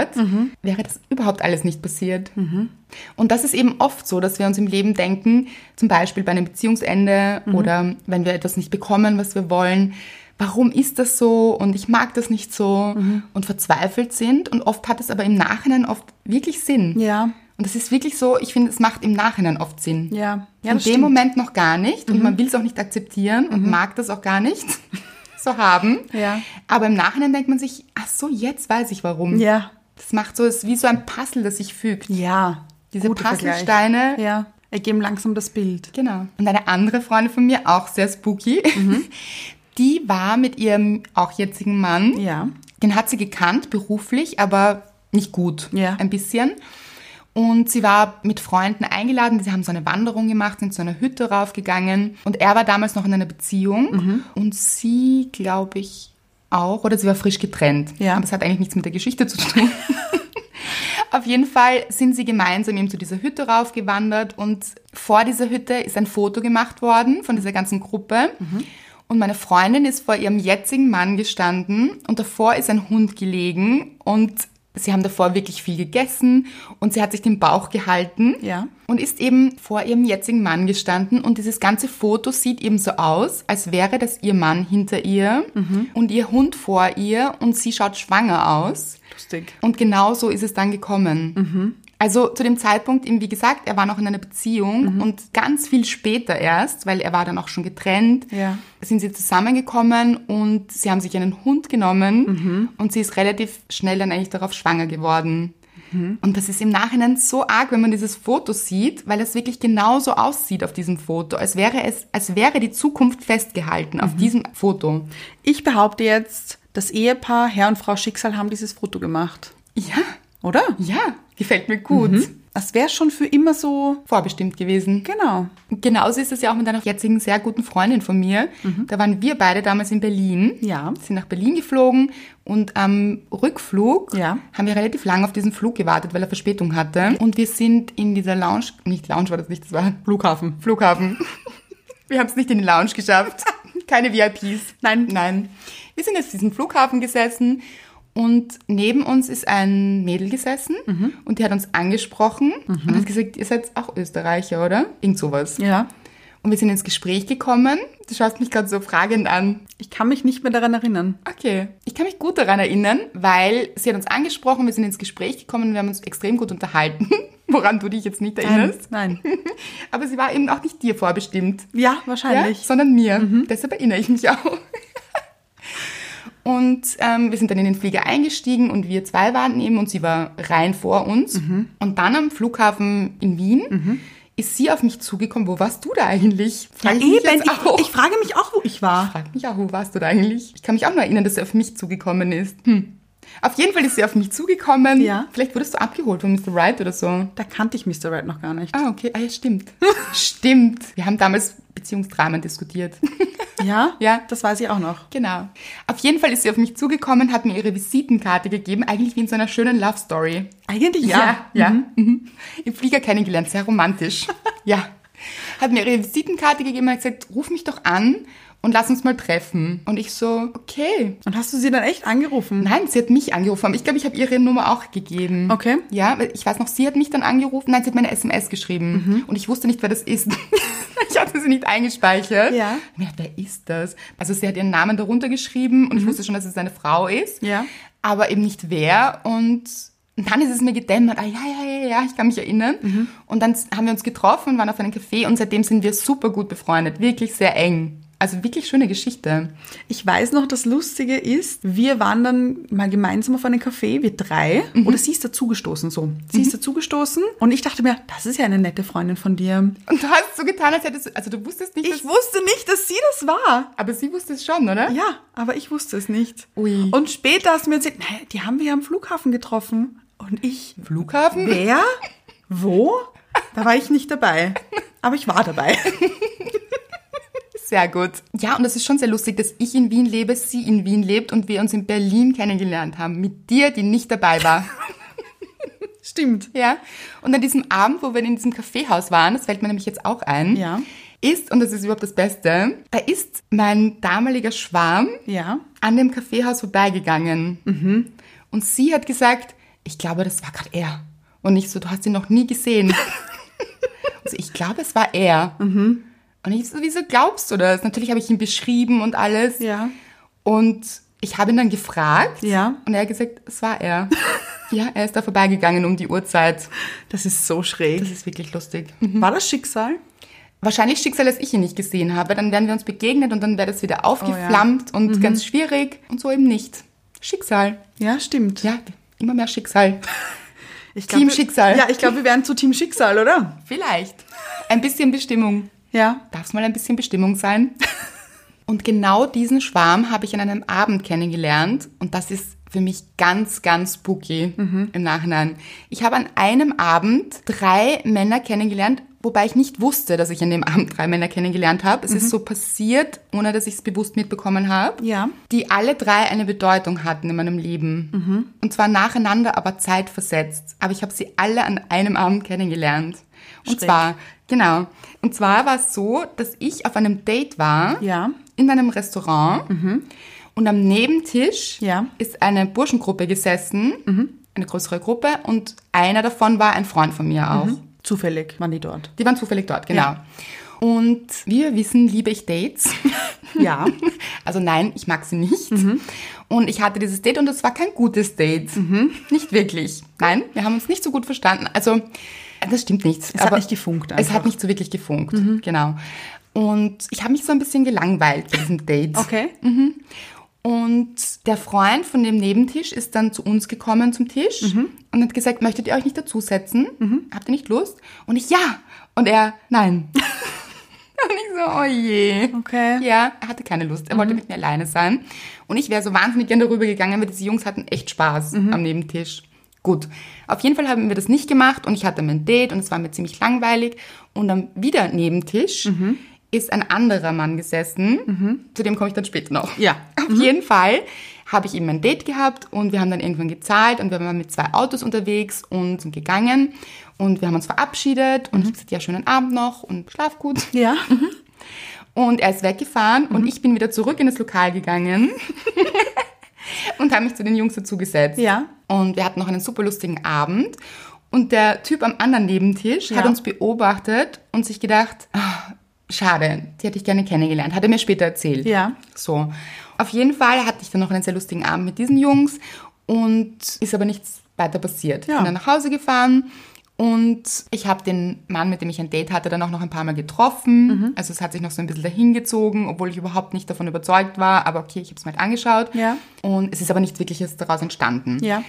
Speaker 2: wäre das überhaupt alles nicht passiert.
Speaker 1: Mhm.
Speaker 2: Und das ist eben oft so, dass wir uns im Leben denken, zum Beispiel bei einem Beziehungsende
Speaker 1: Mhm.
Speaker 2: oder wenn wir etwas nicht bekommen, was wir wollen, warum ist das so und ich mag das nicht so
Speaker 1: Mhm.
Speaker 2: und verzweifelt sind. Und oft hat es aber im Nachhinein oft wirklich Sinn.
Speaker 1: Ja.
Speaker 2: Und das ist wirklich so, ich finde, es macht im Nachhinein oft Sinn.
Speaker 1: Ja. Ja,
Speaker 2: In dem
Speaker 1: das stimmt. Mhm.
Speaker 2: Moment noch gar nicht und man will es auch nicht akzeptieren und mag das auch gar nicht [LAUGHS] so haben.
Speaker 1: Ja.
Speaker 2: Aber im Nachhinein denkt man sich, ach so, jetzt weiß ich warum.
Speaker 1: Ja.
Speaker 2: Das macht so, es ist wie so ein Puzzle, das sich fügt.
Speaker 1: Ja.
Speaker 2: Diese
Speaker 1: Guter Vergleich.
Speaker 2: Puzzlesteine.
Speaker 1: Ja. Ergeben langsam das Bild.
Speaker 2: Genau. Und eine andere Freundin von mir, auch sehr spooky,
Speaker 1: Mhm.
Speaker 2: [LAUGHS] die war mit ihrem auch jetzigen Mann
Speaker 1: Ja.
Speaker 2: den hat sie gekannt, beruflich, aber nicht gut.
Speaker 1: Ja.
Speaker 2: Ein bisschen. Und sie war mit Freunden eingeladen, sie haben so eine Wanderung gemacht, sind zu einer Hütte raufgegangen. Und er war damals noch in einer Beziehung
Speaker 1: Mhm.
Speaker 2: und sie, glaube ich, auch. Oder sie war frisch getrennt.
Speaker 1: Ja.
Speaker 2: Aber das hat eigentlich nichts mit der Geschichte zu tun. Auf jeden Fall sind sie gemeinsam eben zu dieser Hütte raufgewandert und vor dieser Hütte ist ein Foto gemacht worden von dieser ganzen Gruppe. Und meine Freundin ist vor ihrem jetzigen Mann gestanden und davor ist ein Hund gelegen und sie haben davor wirklich viel gegessen und sie hat sich den Bauch gehalten
Speaker 1: Ja.
Speaker 2: und ist eben vor ihrem jetzigen Mann gestanden und dieses ganze Foto sieht eben so aus, als wäre das ihr Mann hinter ihr und ihr Hund vor ihr und sie schaut schwanger aus.
Speaker 1: Lustig.
Speaker 2: Und genau so ist es dann gekommen. Also zu dem Zeitpunkt, eben wie gesagt, er war noch in einer Beziehung und ganz viel später erst, weil er war dann auch schon getrennt,
Speaker 1: Ja.
Speaker 2: sind sie zusammengekommen und sie haben sich einen Hund genommen und sie ist relativ schnell dann eigentlich darauf schwanger geworden. Und das ist im Nachhinein so arg, wenn man dieses Foto sieht, weil es wirklich genauso aussieht auf diesem Foto, als wäre es, als wäre die Zukunft festgehalten auf diesem Foto.
Speaker 1: Ich behaupte jetzt, das Ehepaar Herr und Frau Schicksal haben dieses Foto gemacht.
Speaker 2: Ja,
Speaker 1: Oder?
Speaker 2: ja, gefällt mir gut.
Speaker 1: Das wäre schon für immer so.
Speaker 2: Vorbestimmt gewesen.
Speaker 1: Genau.
Speaker 2: Genauso ist es ja auch mit einer jetzigen sehr guten Freundin von mir. Da waren wir beide damals in Berlin.
Speaker 1: Mhm. Ja.
Speaker 2: Sind nach Berlin geflogen und am Rückflug
Speaker 1: Ja.
Speaker 2: haben wir relativ lange auf diesen Flug gewartet, weil er Verspätung hatte. Und wir sind in dieser Lounge, nicht Lounge war das nicht, das war
Speaker 1: Flughafen. [LAUGHS]
Speaker 2: Flughafen. Wir haben es nicht in die Lounge geschafft. Keine VIPs. Nein. Nein. Wir sind jetzt diesen Flughafen gesessen und neben uns ist ein Mädel gesessen
Speaker 1: Mhm.
Speaker 2: und die hat uns angesprochen und hat gesagt, ihr seid auch Österreicher, oder? Irgend sowas.
Speaker 1: Ja.
Speaker 2: Und wir sind ins Gespräch gekommen. Du schaust mich gerade so fragend an.
Speaker 1: Ich kann mich nicht mehr daran erinnern.
Speaker 2: Okay. Ich kann mich gut daran erinnern, weil sie hat uns angesprochen, wir sind ins Gespräch gekommen, wir haben uns extrem gut unterhalten, [LAUGHS] woran du dich jetzt nicht erinnerst.
Speaker 1: Ne? Nein.
Speaker 2: Aber sie war eben auch nicht dir vorbestimmt.
Speaker 1: Ja,
Speaker 2: Ja,
Speaker 1: wahrscheinlich.
Speaker 2: sondern mir.
Speaker 1: Mhm.
Speaker 2: Deshalb erinnere ich mich auch. [LAUGHS] Und ähm, wir sind dann in den Flieger eingestiegen und wir zwei waren eben und sie war rein vor uns.
Speaker 1: Mhm.
Speaker 2: Und dann am Flughafen in Wien ist sie auf mich zugekommen. Wo warst du da eigentlich? Frag ich mich
Speaker 1: Eben,
Speaker 2: jetzt auch.
Speaker 1: ich, ich frage mich auch, wo ich war.
Speaker 2: frag mich auch, wo warst du da eigentlich? Ich kann mich auch nur erinnern, dass sie auf mich zugekommen ist. Hm. Auf jeden Fall ist sie auf mich zugekommen.
Speaker 1: Ja.
Speaker 2: Vielleicht wurdest du abgeholt von Mr. Wright oder so.
Speaker 1: Da kannte ich Mr. Red noch gar nicht.
Speaker 2: Ah, okay. Ah, ja, stimmt. [LAUGHS] stimmt. Wir haben damals Beziehungsdramen diskutiert. [LAUGHS]
Speaker 1: Ja?
Speaker 2: Ja.
Speaker 1: Das weiß ich auch noch.
Speaker 2: Genau. Auf jeden Fall ist sie auf mich zugekommen, hat mir ihre Visitenkarte gegeben, eigentlich wie in so einer schönen Love Story.
Speaker 1: Eigentlich
Speaker 2: ja. ja. Mhm. Im Flieger kennengelernt, sehr [LAUGHS] romantisch. ja. Hat mir ihre Visitenkarte gegeben und hat gesagt, ruf mich doch an und lass uns mal treffen. Und ich so, okay.
Speaker 1: Und hast du sie dann echt angerufen?
Speaker 2: Nein, sie hat mich angerufen, aber ich glaube, ich habe ihre Nummer auch gegeben.
Speaker 1: Okay.
Speaker 2: Ja, weil ich weiß noch, sie hat mich dann angerufen. Nein, sie hat meine SMS geschrieben.
Speaker 1: Mhm.
Speaker 2: Und ich wusste nicht, wer das ist. [LAUGHS] ich hatte sie nicht eingespeichert.
Speaker 1: Ja.
Speaker 2: Und mir gedacht, wer ist das? Also sie hat ihren Namen darunter geschrieben und ich wusste schon, dass es eine Frau ist.
Speaker 1: Mhm. Ja.
Speaker 2: Aber eben nicht wer. Und dann ist es mir gedämmert, ah ja, ja, ja, ja, ich kann mich erinnern.
Speaker 1: Mhm.
Speaker 2: Und dann haben wir uns getroffen, waren auf einem Café und seitdem sind wir super gut befreundet. Wirklich sehr eng. Also wirklich schöne Geschichte.
Speaker 1: Ich weiß noch, das Lustige ist, wir waren dann mal gemeinsam auf einen Café, wir drei,
Speaker 2: Mhm.
Speaker 1: oder sie ist dazugestoßen, so. Sie ist dazugestoßen und ich dachte mir, das ist ja eine nette Freundin von dir.
Speaker 2: Und du hast so getan, als hättest du, also du wusstest nicht, dass-
Speaker 1: wusste nicht, dass sie das es war.
Speaker 2: Aber sie wusste es schon, oder?
Speaker 1: Ja, aber ich wusste es nicht.
Speaker 2: Ui.
Speaker 1: Und später hast du mir erzählt, naja, die haben wir am Flughafen getroffen. Und ich,
Speaker 2: Flughafen?
Speaker 1: wer? Wo? Da war ich nicht dabei. Aber ich war dabei.
Speaker 2: Sehr gut. Ja, und das ist schon sehr lustig, dass ich in Wien lebe, sie in Wien lebt und wir uns in Berlin kennengelernt haben. Mit dir, die nicht dabei war.
Speaker 1: Stimmt.
Speaker 2: ja. Und an diesem Abend, wo wir in diesem Kaffeehaus waren, das fällt mir nämlich jetzt auch ein,
Speaker 1: Ja.
Speaker 2: ist, und das ist überhaupt das Beste, da ist mein damaliger Schwarm
Speaker 1: Ja.
Speaker 2: an dem Kaffeehaus vorbeigegangen.
Speaker 1: Mhm.
Speaker 2: Und sie hat gesagt, ich glaube, das war gerade er. Und ich so, du hast ihn noch
Speaker 1: [LAUGHS]
Speaker 2: nie gesehen. also ich glaube, es war er.
Speaker 1: Mhm.
Speaker 2: Und ich so, wieso glaubst du das? Natürlich habe ich ihn beschrieben und alles.
Speaker 1: Ja.
Speaker 2: Und ich habe ihn dann gefragt.
Speaker 1: Ja.
Speaker 2: Und er hat gesagt, es
Speaker 1: [LAUGHS]
Speaker 2: war er. ja, er ist da vorbeigegangen um die Uhrzeit.
Speaker 1: Das ist so schräg.
Speaker 2: Das ist wirklich lustig.
Speaker 1: War das Schicksal?
Speaker 2: Wahrscheinlich Schicksal, dass ich ihn nicht gesehen habe. Dann wären wir uns begegnet und dann wäre das
Speaker 1: Oh
Speaker 2: wieder aufgeflammt und
Speaker 1: Mhm.
Speaker 2: ganz schwierig. Und so eben nicht. Schicksal.
Speaker 1: Ja, stimmt.
Speaker 2: Ja, immer mehr Schicksal.
Speaker 1: Ich
Speaker 2: Team
Speaker 1: wir-
Speaker 2: Schicksal.
Speaker 1: Ja, ich glaube, wir wären zu Team Schicksal, oder?
Speaker 2: Vielleicht. Ein bisschen Bestimmung.
Speaker 1: Ja.
Speaker 2: Darf es mal ein bisschen Bestimmung sein? [LAUGHS] Und genau diesen Schwarm habe ich an einem Abend kennengelernt und das ist für mich ganz, ganz spooky im Nachhinein. Ich habe an einem Abend drei Männer kennengelernt, wobei ich nicht wusste, dass ich an dem Abend drei Männer kennengelernt habe. Es ist so passiert, ohne dass ich es bewusst mitbekommen habe,
Speaker 1: Ja.
Speaker 2: die alle drei eine Bedeutung hatten in meinem Leben.
Speaker 1: Mhm.
Speaker 2: Und zwar nacheinander, aber zeitversetzt. Aber ich habe sie alle an einem Abend kennengelernt. Und
Speaker 1: Schräg.
Speaker 2: zwar, genau. Und zwar war es so, dass ich auf einem Date war
Speaker 1: Ja. Mhm.
Speaker 2: in einem Restaurant und am Nebentisch
Speaker 1: Ja. Mhm.
Speaker 2: ist eine Burschengruppe gesessen, eine größere Gruppe und einer davon war ein Freund von mir auch.
Speaker 1: Mhm. Zufällig waren die dort.
Speaker 2: Die waren zufällig dort, genau. Und wie wir wissen, liebe ich Dates.
Speaker 1: [LAUGHS]
Speaker 2: [LAUGHS]
Speaker 1: Ja.
Speaker 2: Also nein, ich mag sie nicht.
Speaker 1: Mhm.
Speaker 2: Und ich hatte dieses Date und es war kein gutes Date.
Speaker 1: Mhm.
Speaker 2: Nicht wirklich. Nein, wir haben uns nicht so gut verstanden. Also das stimmt nicht.
Speaker 1: hat nicht gefunkt
Speaker 2: Es
Speaker 1: einfach. Mhm.
Speaker 2: hat nicht so wirklich gefunkt, genau. Und ich habe mich so ein bisschen gelangweilt bei diesem Date.
Speaker 1: Okay.
Speaker 2: Und der Freund von dem Nebentisch ist dann zu uns gekommen zum Tisch
Speaker 1: Mhm.
Speaker 2: und hat gesagt, möchtet ihr euch nicht dazusetzen? Habt ihr nicht Lust? Und ich, ja. Und er,
Speaker 1: [LAUGHS]
Speaker 2: nein. [LAUGHS] und ich so, oh je.
Speaker 1: Okay.
Speaker 2: Ja, er hatte keine Lust. Er wollte mit mir alleine sein. Und ich wäre so wahnsinnig gerne darüber gegangen, weil diese Jungs hatten echt Spaß am Nebentisch. Gut. Auf jeden Fall haben wir das nicht gemacht und ich hatte mein Date und es war mir ziemlich langweilig. Und am wieder Nebentisch ist ein anderer Mann gesessen. Zu dem komme ich dann später noch.
Speaker 1: Ja.
Speaker 2: Auf jeden Fall habe ich eben ein Date gehabt und wir haben dann irgendwann gezahlt und wir waren mit zwei Autos unterwegs und sind gegangen und wir haben uns verabschiedet und ich habe gesagt, ja, schönen Abend noch und schlaf gut.
Speaker 1: Ja.
Speaker 2: Und er ist weggefahren
Speaker 1: Mhm.
Speaker 2: und ich bin wieder zurück in das
Speaker 1: [LAUGHS]
Speaker 2: Lokal gegangen und habe mich zu den Jungs dazugesetzt.
Speaker 1: Ja.
Speaker 2: Und wir hatten noch einen super lustigen Abend. Und der Typ am anderen Nebentisch hat
Speaker 1: Ja.
Speaker 2: uns beobachtet und sich gedacht, "Ah, schade, die hätte ich gerne kennengelernt. Hat er mir später erzählt.
Speaker 1: Ja.
Speaker 2: So. Auf jeden Fall hatte ich dann noch einen sehr lustigen Abend mit diesen Jungs und ist aber nichts weiter passiert. Ich
Speaker 1: Ja.
Speaker 2: bin dann nach Hause gefahren und ich habe den Mann, mit dem ich ein Date hatte, dann auch noch ein paar Mal getroffen.
Speaker 1: Mhm.
Speaker 2: Also es hat sich noch so ein bisschen dahingezogen, obwohl ich überhaupt nicht davon überzeugt war. Aber okay, ich habe es mir halt angeschaut.
Speaker 1: Ja.
Speaker 2: Und es ist aber nichts Wirkliches daraus entstanden.
Speaker 1: Ja.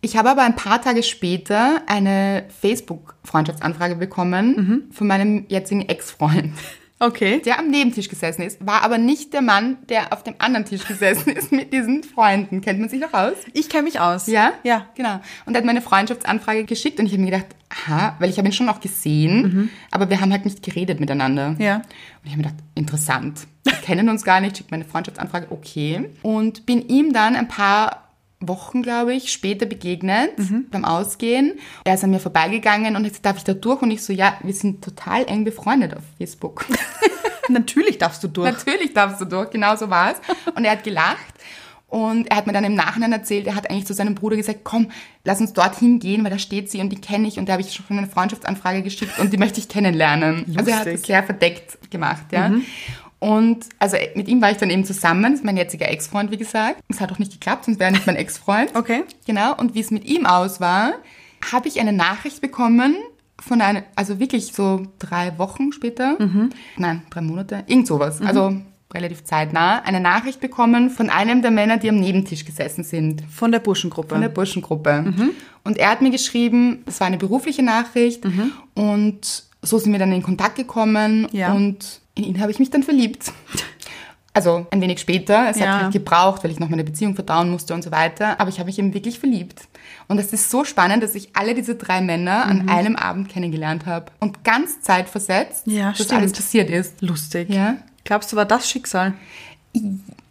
Speaker 2: Ich habe aber ein paar Tage später eine Facebook-Freundschaftsanfrage
Speaker 1: Mhm.
Speaker 2: bekommen von meinem jetzigen Ex-Freund
Speaker 1: Okay.
Speaker 2: der am Nebentisch gesessen ist, war aber nicht der Mann, der auf dem anderen Tisch gesessen ist mit diesen Freunden. Kennt man sich noch aus?
Speaker 1: Ich kenne mich aus.
Speaker 2: Ja?
Speaker 1: Ja.
Speaker 2: Genau. Und er hat meine Freundschaftsanfrage geschickt und ich habe mir gedacht, aha, weil ich habe ihn schon auch gesehen, aber wir haben halt nicht geredet miteinander.
Speaker 1: Mhm. Ja.
Speaker 2: Und ich habe mir gedacht, interessant. Wir kennen uns gar nicht, schickt meine Freundschaftsanfrage, okay. Und bin ihm dann ein paar Wochen, glaube ich, später begegnet
Speaker 1: Mhm.
Speaker 2: beim Ausgehen. Er ist an mir vorbeigegangen und hat gesagt, darf ich da durch? Und ich so, ja, wir sind total eng befreundet auf Facebook.
Speaker 1: Natürlich darfst du durch.
Speaker 2: [LAUGHS] Natürlich darfst du durch, genau so war es. Und er hat gelacht. Und er hat mir dann im Nachhinein erzählt, er hat eigentlich zu seinem Bruder gesagt, komm, lass uns dorthin gehen, weil da steht sie und die kenne ich und da habe ich schon eine Freundschaftsanfrage geschickt und die möchte ich kennenlernen. Also er hat
Speaker 1: Lustig.
Speaker 2: es sehr verdeckt gemacht, ja. Und also mit ihm war ich dann eben zusammen, das ist mein jetziger Ex-Freund, wie gesagt. Es hat auch nicht geklappt, sonst wäre er nicht mein Ex-Freund.
Speaker 1: Okay.
Speaker 2: Genau, und wie es mit ihm aus war, habe ich eine Nachricht bekommen von einer, also wirklich so drei Wochen später, nein, drei Monate, irgend sowas, also relativ zeitnah, eine Nachricht bekommen von einem der Männer, die am Nebentisch gesessen sind,
Speaker 1: Von der Burschengruppe.
Speaker 2: von der Burschengruppe.
Speaker 1: Mhm.
Speaker 2: Und er hat mir geschrieben, es war eine berufliche Nachricht und so sind wir dann in Kontakt gekommen
Speaker 1: Mhm. Ja.
Speaker 2: und in ihn habe ich mich dann verliebt. Also ein wenig später. Es
Speaker 1: Ja.
Speaker 2: hat halt gebraucht, weil ich noch meine Beziehung verdauen musste und so weiter. Aber ich habe mich eben wirklich verliebt. Und das ist so spannend, dass ich alle diese drei Männer
Speaker 1: Mhm.
Speaker 2: an einem Abend kennengelernt habe. Und ganz zeitversetzt,
Speaker 1: Ja,
Speaker 2: dass alles
Speaker 1: stimmt.
Speaker 2: passiert ist.
Speaker 1: Lustig.
Speaker 2: Ja.
Speaker 1: Glaubst du, war das Schicksal?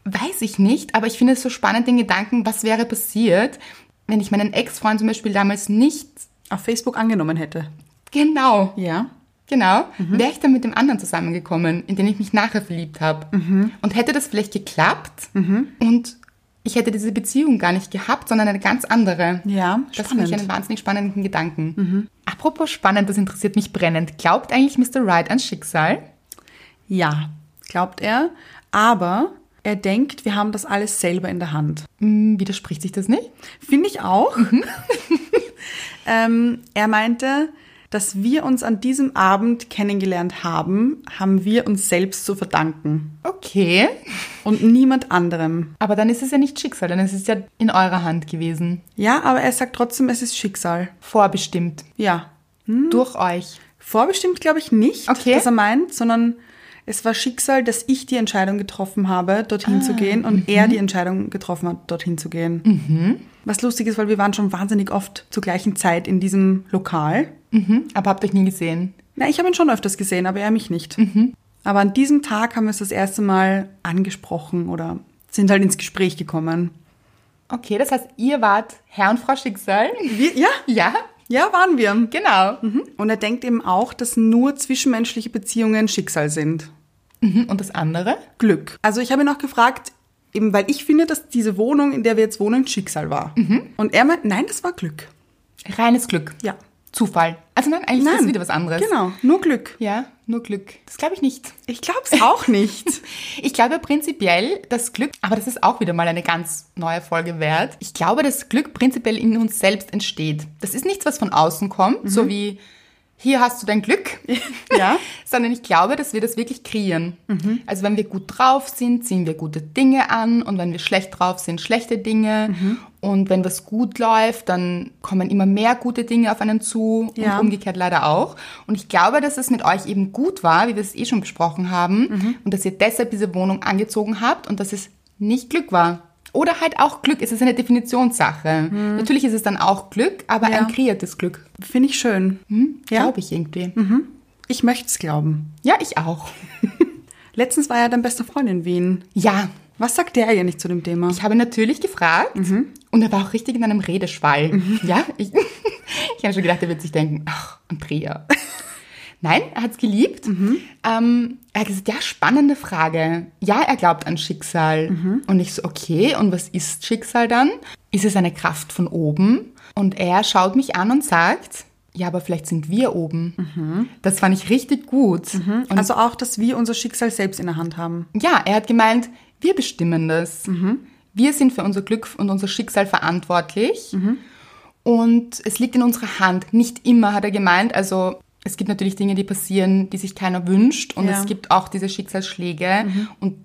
Speaker 2: Weiß ich nicht, aber ich finde es so spannend, den Gedanken, was wäre passiert, wenn ich meinen Ex-Freund zum Beispiel damals nicht
Speaker 1: Auf Facebook angenommen hätte.
Speaker 2: genau
Speaker 1: Ja. Mhm.
Speaker 2: Genau. Wäre ich dann mit dem anderen zusammengekommen, in den ich mich nachher verliebt habe.
Speaker 1: Mhm.
Speaker 2: Und hätte das vielleicht geklappt und ich hätte diese Beziehung gar nicht gehabt, sondern eine ganz andere.
Speaker 1: Ja,
Speaker 2: Das finde
Speaker 1: spannend.
Speaker 2: ich
Speaker 1: Mhm.
Speaker 2: einen wahnsinnig spannenden Gedanken. Apropos spannend, das interessiert mich brennend. Glaubt eigentlich Mr. Wright an Schicksal?
Speaker 1: Ja, glaubt er. Aber er denkt, wir haben das alles selber in der Hand.
Speaker 2: Hm, widerspricht sich das nicht?
Speaker 1: Finde ich auch.
Speaker 2: Mhm.
Speaker 1: [LAUGHS] ähm, er meinte, dass wir uns an diesem Abend kennengelernt haben, haben wir uns selbst zu verdanken
Speaker 2: Okay.
Speaker 1: und niemand anderem.
Speaker 2: Aber dann ist es ja nicht Schicksal, dann ist es ja in eurer Hand gewesen.
Speaker 1: Ja, aber er sagt trotzdem, es ist Schicksal.
Speaker 2: Vorbestimmt.
Speaker 1: Ja. Mhm.
Speaker 2: Durch euch.
Speaker 1: Vorbestimmt glaube ich nicht,
Speaker 2: Okay.
Speaker 1: dass er meint, sondern es war Schicksal, dass ich die Entscheidung getroffen habe, dorthin zu gehen und er die Entscheidung getroffen hat, dorthin zu gehen. Was lustig ist, weil wir waren schon wahnsinnig oft zur gleichen Zeit in diesem Lokal.
Speaker 2: Mhm. Aber habt euch nie gesehen.
Speaker 1: Na, ich habe ihn schon öfters gesehen, aber er mich nicht. Aber an diesem Tag haben wir es das erste Mal angesprochen oder sind halt ins Gespräch gekommen.
Speaker 2: Okay, das heißt, ihr wart Herr und Frau Schicksal.
Speaker 1: Wir, ja,
Speaker 2: Ja,
Speaker 1: ja, waren wir. Mhm.
Speaker 2: Genau.
Speaker 1: Und er denkt eben auch, dass nur zwischenmenschliche Beziehungen Schicksal sind.
Speaker 2: Mhm, Und das andere?
Speaker 1: Glück. Also ich habe ihn auch gefragt, eben weil ich finde, dass diese Wohnung, in der wir jetzt wohnen, Schicksal war.
Speaker 2: Mhm.
Speaker 1: Und er meint, nein, das war Glück.
Speaker 2: Reines Glück.
Speaker 1: Ja.
Speaker 2: Zufall. Also nein, eigentlich ist
Speaker 1: Nein.
Speaker 2: das wieder was anderes.
Speaker 1: Genau, nur Glück.
Speaker 2: Ja, nur Glück. Das glaube ich nicht.
Speaker 1: Ich glaube
Speaker 2: [LAUGHS]
Speaker 1: es auch nicht.
Speaker 2: Ich glaube prinzipiell, dass Glück, aber das ist auch wieder mal eine ganz neue Folge wert. Ich glaube, dass Glück prinzipiell in uns selbst entsteht. Das ist nichts, was von außen
Speaker 1: Mhm.
Speaker 2: kommt, so wie hier hast du
Speaker 1: [LAUGHS]
Speaker 2: dein Glück,
Speaker 1: ja.
Speaker 2: sondern ich glaube, dass wir das wirklich kreieren.
Speaker 1: Mhm.
Speaker 2: Also wenn wir gut drauf sind, ziehen wir gute Dinge an und wenn wir schlecht drauf sind, schlechte Dinge.
Speaker 1: Mhm.
Speaker 2: Und wenn was gut läuft, dann kommen immer mehr gute Dinge auf einen zu
Speaker 1: Ja.
Speaker 2: und umgekehrt leider auch. Und ich glaube, dass es mit euch eben gut war, wie wir es eh schon besprochen haben
Speaker 1: Mhm.
Speaker 2: und dass ihr deshalb diese Wohnung angezogen habt und dass es nicht Glück war. Oder halt auch Glück, es ist eine Definitionssache. Natürlich ist es dann auch Glück, aber
Speaker 1: Mhm. Ja.
Speaker 2: ein kreiertes Glück.
Speaker 1: Finde ich schön. Ja. Mhm.
Speaker 2: Glaube Hm, ich irgendwie.
Speaker 1: Ich möchte es glauben.
Speaker 2: Ja, ich auch.
Speaker 1: Letztens war ja dein bester Freund in Wien.
Speaker 2: Ja,
Speaker 1: Was sagt der eigentlich zu dem Thema?
Speaker 2: Ich habe ihn natürlich gefragt und er war auch richtig in einem Redeschwall. Ja, ich, [LAUGHS] ich habe schon gedacht, er wird sich denken, ach, Andrea. Nein, er hat es geliebt. Ähm, er hat gesagt, ja, spannende Frage. Ja, er glaubt an Schicksal. Und ich so, okay, und was ist Schicksal dann? Ist es eine Kraft von oben? Und er schaut mich an und sagt, ja, aber vielleicht sind wir oben. Das fand ich richtig gut. Und
Speaker 1: Also auch, dass wir unser Schicksal selbst in der Hand haben.
Speaker 2: ja, er hat gemeint, wir bestimmen das. Wir sind für unser Glück und unser Schicksal verantwortlich. Und es liegt in unserer Hand. Nicht immer, hat er gemeint. Also es gibt natürlich Dinge, die passieren, die sich keiner wünscht. Und
Speaker 1: Ja.
Speaker 2: es gibt auch diese Schicksalsschläge. Und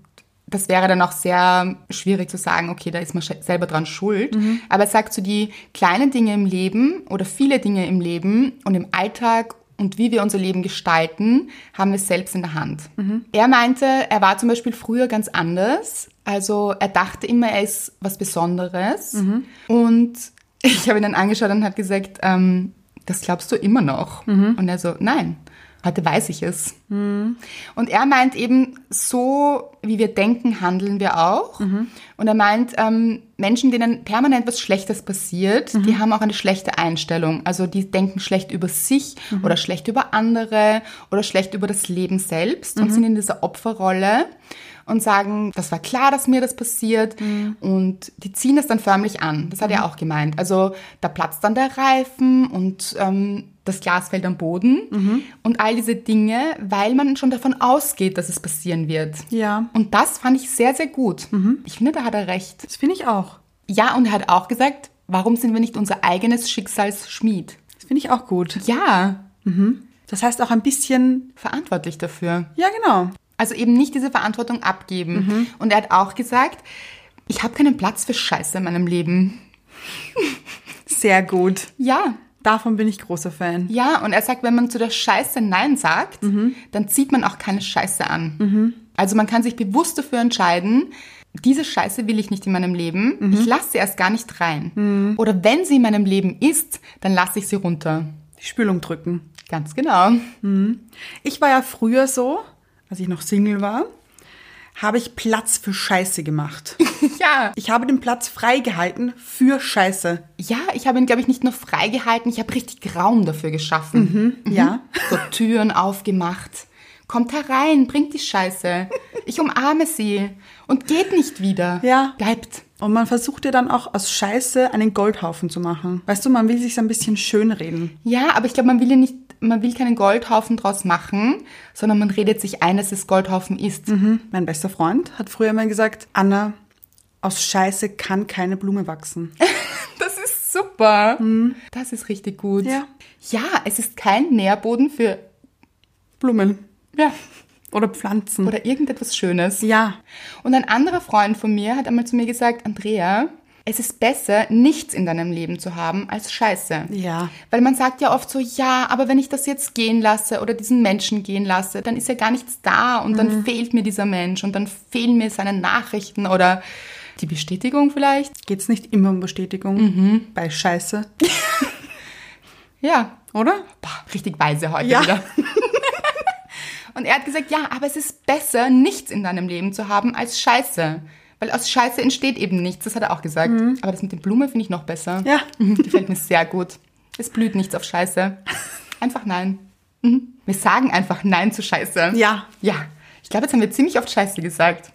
Speaker 2: das wäre dann auch sehr schwierig zu sagen, okay, da ist man sch- selber dran schuld. Aber er sagt so, die kleinen Dinge im Leben oder viele Dinge im Leben und im Alltag und wie wir unser Leben gestalten, haben wir selbst in der Hand. Er meinte, er war zum Beispiel früher ganz anders. Also er dachte immer, er ist was Besonderes. Und [LAUGHS] ich habe ihn dann angeschaut und hat gesagt, ähm, das glaubst du immer noch. Und er so, nein, heute weiß ich es. Und er meint eben, so wie wir denken, handeln wir auch. Und er meint, ähm, Menschen, denen permanent was Schlechtes passiert, die haben auch eine schlechte Einstellung. Also die denken schlecht über sich oder schlecht über andere oder schlecht über das Leben selbst und sind in dieser Opferrolle und sagen, das war klar, dass mir das passiert. Und die ziehen das dann förmlich an. Das hat er auch gemeint. Also da platzt dann der Reifen und ähm, das Glas fällt am Boden und all diese Dinge, weil man schon davon ausgeht, dass es passieren wird.
Speaker 1: Ja.
Speaker 2: Und das fand ich sehr, sehr gut. Ich finde, da hat er recht.
Speaker 1: Das finde ich auch.
Speaker 2: Ja, und er hat auch gesagt, warum sind wir nicht unser eigenes Schicksalsschmied?
Speaker 1: Das finde ich auch gut.
Speaker 2: Ja,
Speaker 1: Das heißt auch ein bisschen,
Speaker 2: verantwortlich dafür.
Speaker 1: ja genau.
Speaker 2: Also eben nicht diese Verantwortung abgeben. Und er hat auch gesagt, ich habe keinen Platz für Scheiße in meinem Leben.
Speaker 1: Sehr gut.
Speaker 2: Ja,
Speaker 1: Davon bin ich großer Fan.
Speaker 2: ja. Und er sagt, wenn man zu der Scheiße Nein sagt, dann zieht man auch keine Scheiße an. Also man kann sich bewusst dafür entscheiden, diese Scheiße will ich nicht in meinem Leben. Ich lasse sie erst gar nicht rein. Oder wenn sie in meinem Leben ist, dann lasse ich sie runter.
Speaker 1: Die Spülung drücken.
Speaker 2: Ganz genau.
Speaker 1: Ich war ja früher so, als ich noch Single war, habe ich Platz für Scheiße gemacht.
Speaker 2: Ja.
Speaker 1: Ich habe den Platz freigehalten für Scheiße.
Speaker 2: Ja, ich habe ihn, glaube ich, nicht nur freigehalten, ich habe richtig Raum dafür geschaffen.
Speaker 1: Ja.
Speaker 2: So Türen aufgemacht. Kommt herein, bringt die Scheiße. Ich umarme sie und geht nicht wieder.
Speaker 1: Ja.
Speaker 2: Bleibt.
Speaker 1: Und man versucht ja dann auch aus Scheiße einen Goldhaufen zu machen. Weißt du, man will sich ein bisschen schönreden.
Speaker 2: Ja, aber ich glaube, man will ja nicht, man will keinen Goldhaufen draus machen, sondern man redet sich ein, dass es Goldhaufen ist.
Speaker 1: Mhm. Mein bester Freund hat früher mal gesagt, Anna, aus Scheiße kann keine Blume wachsen.
Speaker 2: Das ist super. Das ist richtig gut.
Speaker 1: Mhm. Ja.
Speaker 2: Ja, es ist kein Nährboden für,
Speaker 1: Blumen
Speaker 2: ja,
Speaker 1: oder Pflanzen.
Speaker 2: oder irgendetwas Schönes.
Speaker 1: ja.
Speaker 2: Und ein anderer Freund von mir hat einmal zu mir gesagt, Andrea, es ist besser, nichts in deinem Leben zu haben als Scheiße.
Speaker 1: Ja.
Speaker 2: Weil man sagt ja oft so, ja, aber wenn ich das jetzt gehen lasse oder diesen Menschen gehen lasse, dann ist ja gar nichts da und dann fehlt mir dieser Mensch und dann fehlen mir seine Nachrichten oder die Bestätigung vielleicht.
Speaker 1: Geht's nicht immer um Bestätigung bei Scheiße,
Speaker 2: Ja,
Speaker 1: oder?
Speaker 2: Boah, richtig weise heute
Speaker 1: Ja.
Speaker 2: wieder. [LAUGHS] Und er hat gesagt, ja, aber es ist besser, nichts in deinem Leben zu haben als Scheiße. Weil aus Scheiße entsteht eben nichts, das hat er auch gesagt. Aber das mit den Blumen finde ich noch besser.
Speaker 1: Mhm. Ja.
Speaker 2: [LAUGHS] Mhm, Gefällt mir sehr gut. Es blüht nichts auf Scheiße. Einfach nein. Mhm. Wir sagen einfach nein zu Scheiße.
Speaker 1: Ja.
Speaker 2: Ja. Ich glaube, jetzt haben wir ziemlich oft Scheiße gesagt.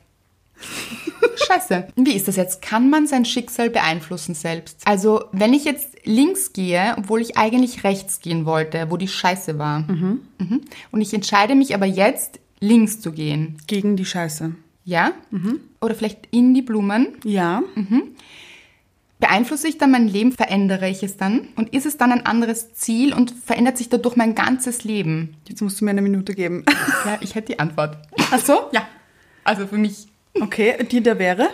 Speaker 2: [LAUGHS] Scheiße. Wie ist das jetzt? Kann man sein Schicksal beeinflussen selbst? Also, wenn ich jetzt links gehe, obwohl ich eigentlich rechts gehen wollte, wo die Scheiße war, Mhm. und ich entscheide mich aber jetzt, links zu gehen,
Speaker 1: Gegen die Scheiße.
Speaker 2: ja? Oder vielleicht in die Blumen,
Speaker 1: Ja.
Speaker 2: beeinflusse ich dann mein Leben, verändere ich es dann? Und ist es dann ein anderes Ziel und verändert sich dadurch mein ganzes Leben?
Speaker 1: Jetzt musst du mir eine Minute geben. [LAUGHS]
Speaker 2: Ja, ich hätte die Antwort.
Speaker 1: Ach so?
Speaker 2: Ja. Also für mich,
Speaker 1: Okay, die da wäre?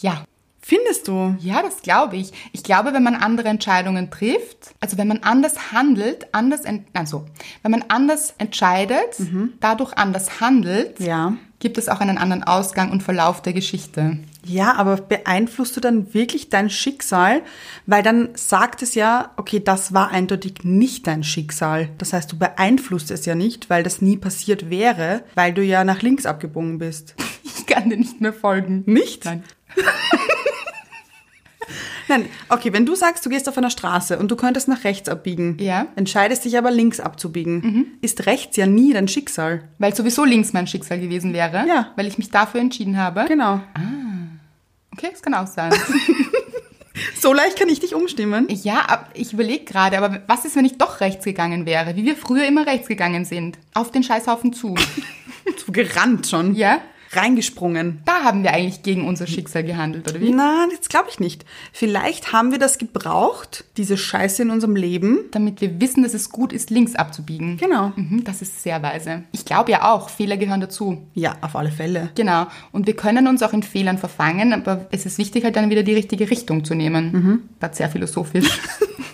Speaker 2: ja.
Speaker 1: Findest du?
Speaker 2: Ja, das glaube ich. Ich glaube, wenn man andere Entscheidungen trifft, also wenn man anders handelt, anders, ent also wenn man anders entscheidet, dadurch anders handelt,
Speaker 1: Mhm. Ja.
Speaker 2: gibt es auch einen anderen Ausgang und Verlauf der Geschichte. [LAUGHS]
Speaker 1: Ja, aber beeinflusst du dann wirklich dein Schicksal? Weil dann sagt es ja, okay, das war eindeutig nicht dein Schicksal. Das heißt, du beeinflusst es ja nicht, weil das nie passiert wäre, weil du ja nach links abgebogen
Speaker 2: [LAUGHS]
Speaker 1: bist.
Speaker 2: Ich kann dir nicht mehr folgen.
Speaker 1: Nicht?
Speaker 2: Nein.
Speaker 1: Nein, okay, wenn du sagst, du gehst auf einer Straße und du könntest nach rechts abbiegen,
Speaker 2: Ja. Mhm.
Speaker 1: entscheidest dich aber links abzubiegen, ist rechts ja nie dein Schicksal.
Speaker 2: Weil sowieso links mein Schicksal gewesen wäre,
Speaker 1: Ja.
Speaker 2: weil ich mich dafür entschieden habe.
Speaker 1: Genau.
Speaker 2: Okay, das kann auch sein. [LAUGHS]
Speaker 1: So leicht kann ich dich umstimmen.
Speaker 2: ja, ab- ich überlege gerade, aber was ist, wenn ich doch rechts gegangen wäre, wie wir früher immer rechts gegangen sind? Auf den
Speaker 1: [LAUGHS]
Speaker 2: Scheißhaufen zu.
Speaker 1: So gerannt schon.
Speaker 2: ja?
Speaker 1: Reingesprungen.
Speaker 2: Da haben wir eigentlich gegen unser Schicksal gehandelt, oder wie?
Speaker 1: Na, das glaube ich nicht. Vielleicht haben wir das gebraucht, diese Scheiße in unserem Leben.
Speaker 2: damit wir wissen, dass es gut ist, links abzubiegen.
Speaker 1: Genau.
Speaker 2: Mhm, das ist sehr weise. Ich glaube ja auch, Fehler gehören dazu.
Speaker 1: Ja, auf alle Fälle.
Speaker 2: Genau. Und wir können uns auch in Fehlern verfangen, aber es ist wichtig, halt dann wieder die richtige Richtung zu nehmen. Das ist sehr philosophisch.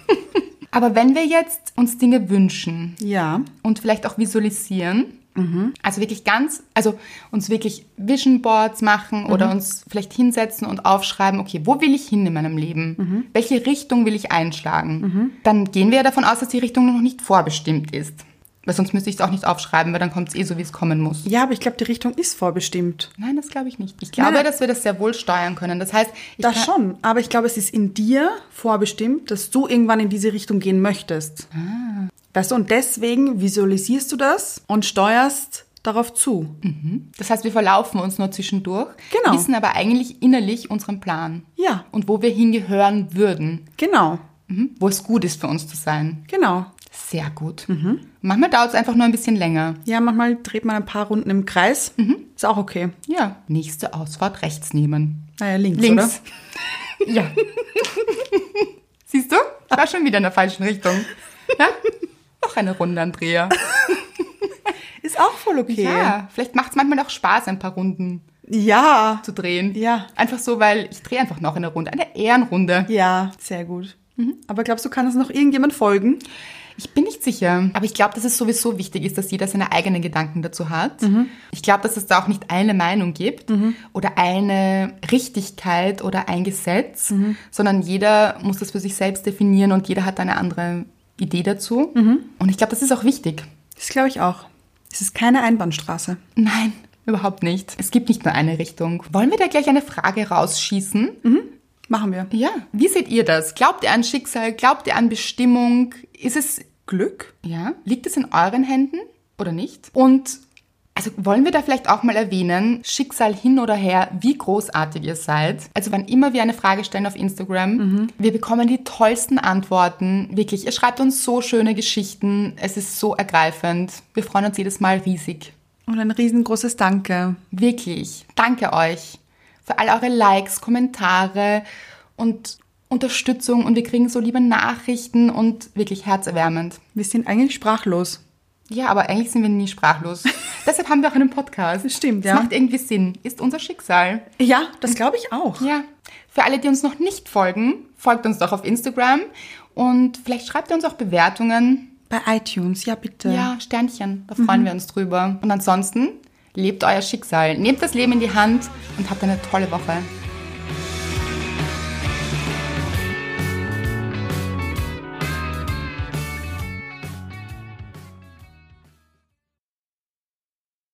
Speaker 2: [LAUGHS] aber wenn wir jetzt uns Dinge wünschen
Speaker 1: Ja.
Speaker 2: und vielleicht auch visualisieren,
Speaker 1: Mhm.
Speaker 2: also wirklich ganz, also uns wirklich Vision Boards machen
Speaker 1: Mhm.
Speaker 2: oder uns vielleicht hinsetzen und aufschreiben, okay, wo will ich hin in meinem Leben?
Speaker 1: Mhm.
Speaker 2: Welche Richtung will ich einschlagen? Dann gehen wir ja davon aus, dass die Richtung noch nicht vorbestimmt ist. Weil sonst müsste ich es auch nicht aufschreiben, weil dann kommt es eh so, wie es kommen muss.
Speaker 1: Ja, aber ich glaube, die Richtung ist vorbestimmt.
Speaker 2: Nein, das glaube ich nicht. Ich glaube,
Speaker 1: nein.
Speaker 2: dass wir das sehr wohl steuern können. Das heißt, ich
Speaker 1: Das
Speaker 2: kann,
Speaker 1: schon. Aber ich glaube, es ist in dir vorbestimmt, dass du irgendwann in diese Richtung gehen möchtest.
Speaker 2: Ah.
Speaker 1: Weißt du, und deswegen visualisierst du das und steuerst darauf zu.
Speaker 2: Mhm. das heißt, wir verlaufen uns nur zwischendurch,
Speaker 1: Genau.
Speaker 2: wissen aber eigentlich innerlich unseren Plan
Speaker 1: Ja,
Speaker 2: und wo wir hingehören würden,
Speaker 1: genau.
Speaker 2: mhm. wo es gut ist für uns zu sein.
Speaker 1: Genau.
Speaker 2: Sehr gut. Manchmal dauert es einfach nur ein bisschen länger.
Speaker 1: Ja, manchmal dreht man ein paar Runden im Kreis.
Speaker 2: Mhm.
Speaker 1: Ist auch okay.
Speaker 2: Ja. Nächste Ausfahrt rechts nehmen.
Speaker 1: Naja, links,
Speaker 2: Links. ja. [LAUGHS] Siehst du? War schon wieder in der falschen Richtung. Ja? Noch eine Runde, Andrea.
Speaker 1: oder? Ist auch voll okay.
Speaker 2: Ja, vielleicht macht es manchmal auch Spaß, ein paar Runden
Speaker 1: Ja.
Speaker 2: zu drehen.
Speaker 1: Ja.
Speaker 2: Einfach so, weil ich drehe einfach noch eine Runde, eine Ehrenrunde.
Speaker 1: Mhm. Ja, sehr gut. Aber glaubst du, kann das noch irgendjemand folgen?
Speaker 2: Ich bin nicht sicher. Aber ich glaube, dass es sowieso wichtig ist, dass jeder seine eigenen Gedanken dazu hat. Ich glaube, dass es da auch nicht eine Meinung gibt oder eine Richtigkeit oder ein Gesetz, sondern jeder muss das für sich selbst definieren und jeder hat eine andere Idee dazu. Und ich glaube, das ist auch wichtig.
Speaker 1: Das glaube ich auch. Es ist keine Einbahnstraße.
Speaker 2: Nein, überhaupt nicht. Es gibt nicht nur eine Richtung. Wollen wir da gleich eine Frage rausschießen?
Speaker 1: Machen wir.
Speaker 2: Ja. Wie seht ihr das? Glaubt ihr an Schicksal? Glaubt ihr an Bestimmung? Ist es
Speaker 1: Glück?
Speaker 2: Ja. Liegt es in euren Händen oder nicht? Und also wollen wir da vielleicht auch mal erwähnen, Schicksal hin oder her, wie großartig ihr seid. Also wann immer wir eine Frage stellen auf Instagram, wir bekommen die tollsten Antworten. Wirklich, ihr schreibt uns so schöne Geschichten. Es ist so ergreifend. Wir freuen uns jedes Mal riesig.
Speaker 1: Und ein riesengroßes Danke.
Speaker 2: Wirklich, danke euch für all eure Likes, Kommentare und Unterstützung und wir kriegen so liebe Nachrichten und wirklich herzerwärmend.
Speaker 1: Wir sind eigentlich sprachlos.
Speaker 2: Ja, aber eigentlich sind wir
Speaker 1: [LAUGHS]
Speaker 2: nie sprachlos. Deshalb haben wir auch einen Podcast.
Speaker 1: Stimmt,
Speaker 2: Das
Speaker 1: ja.
Speaker 2: macht irgendwie Sinn. Ist unser Schicksal.
Speaker 1: Ja, das glaube ich auch.
Speaker 2: Ja. Für alle, die uns noch nicht folgen, folgt uns doch auf Instagram und vielleicht schreibt ihr uns auch Bewertungen.
Speaker 1: Bei iTunes, ja Mhm. bitte.
Speaker 2: Ja, Sternchen. Da freuen wir uns drüber. Und ansonsten lebt euer Schicksal. Nehmt das Leben in die Hand und habt eine tolle Woche.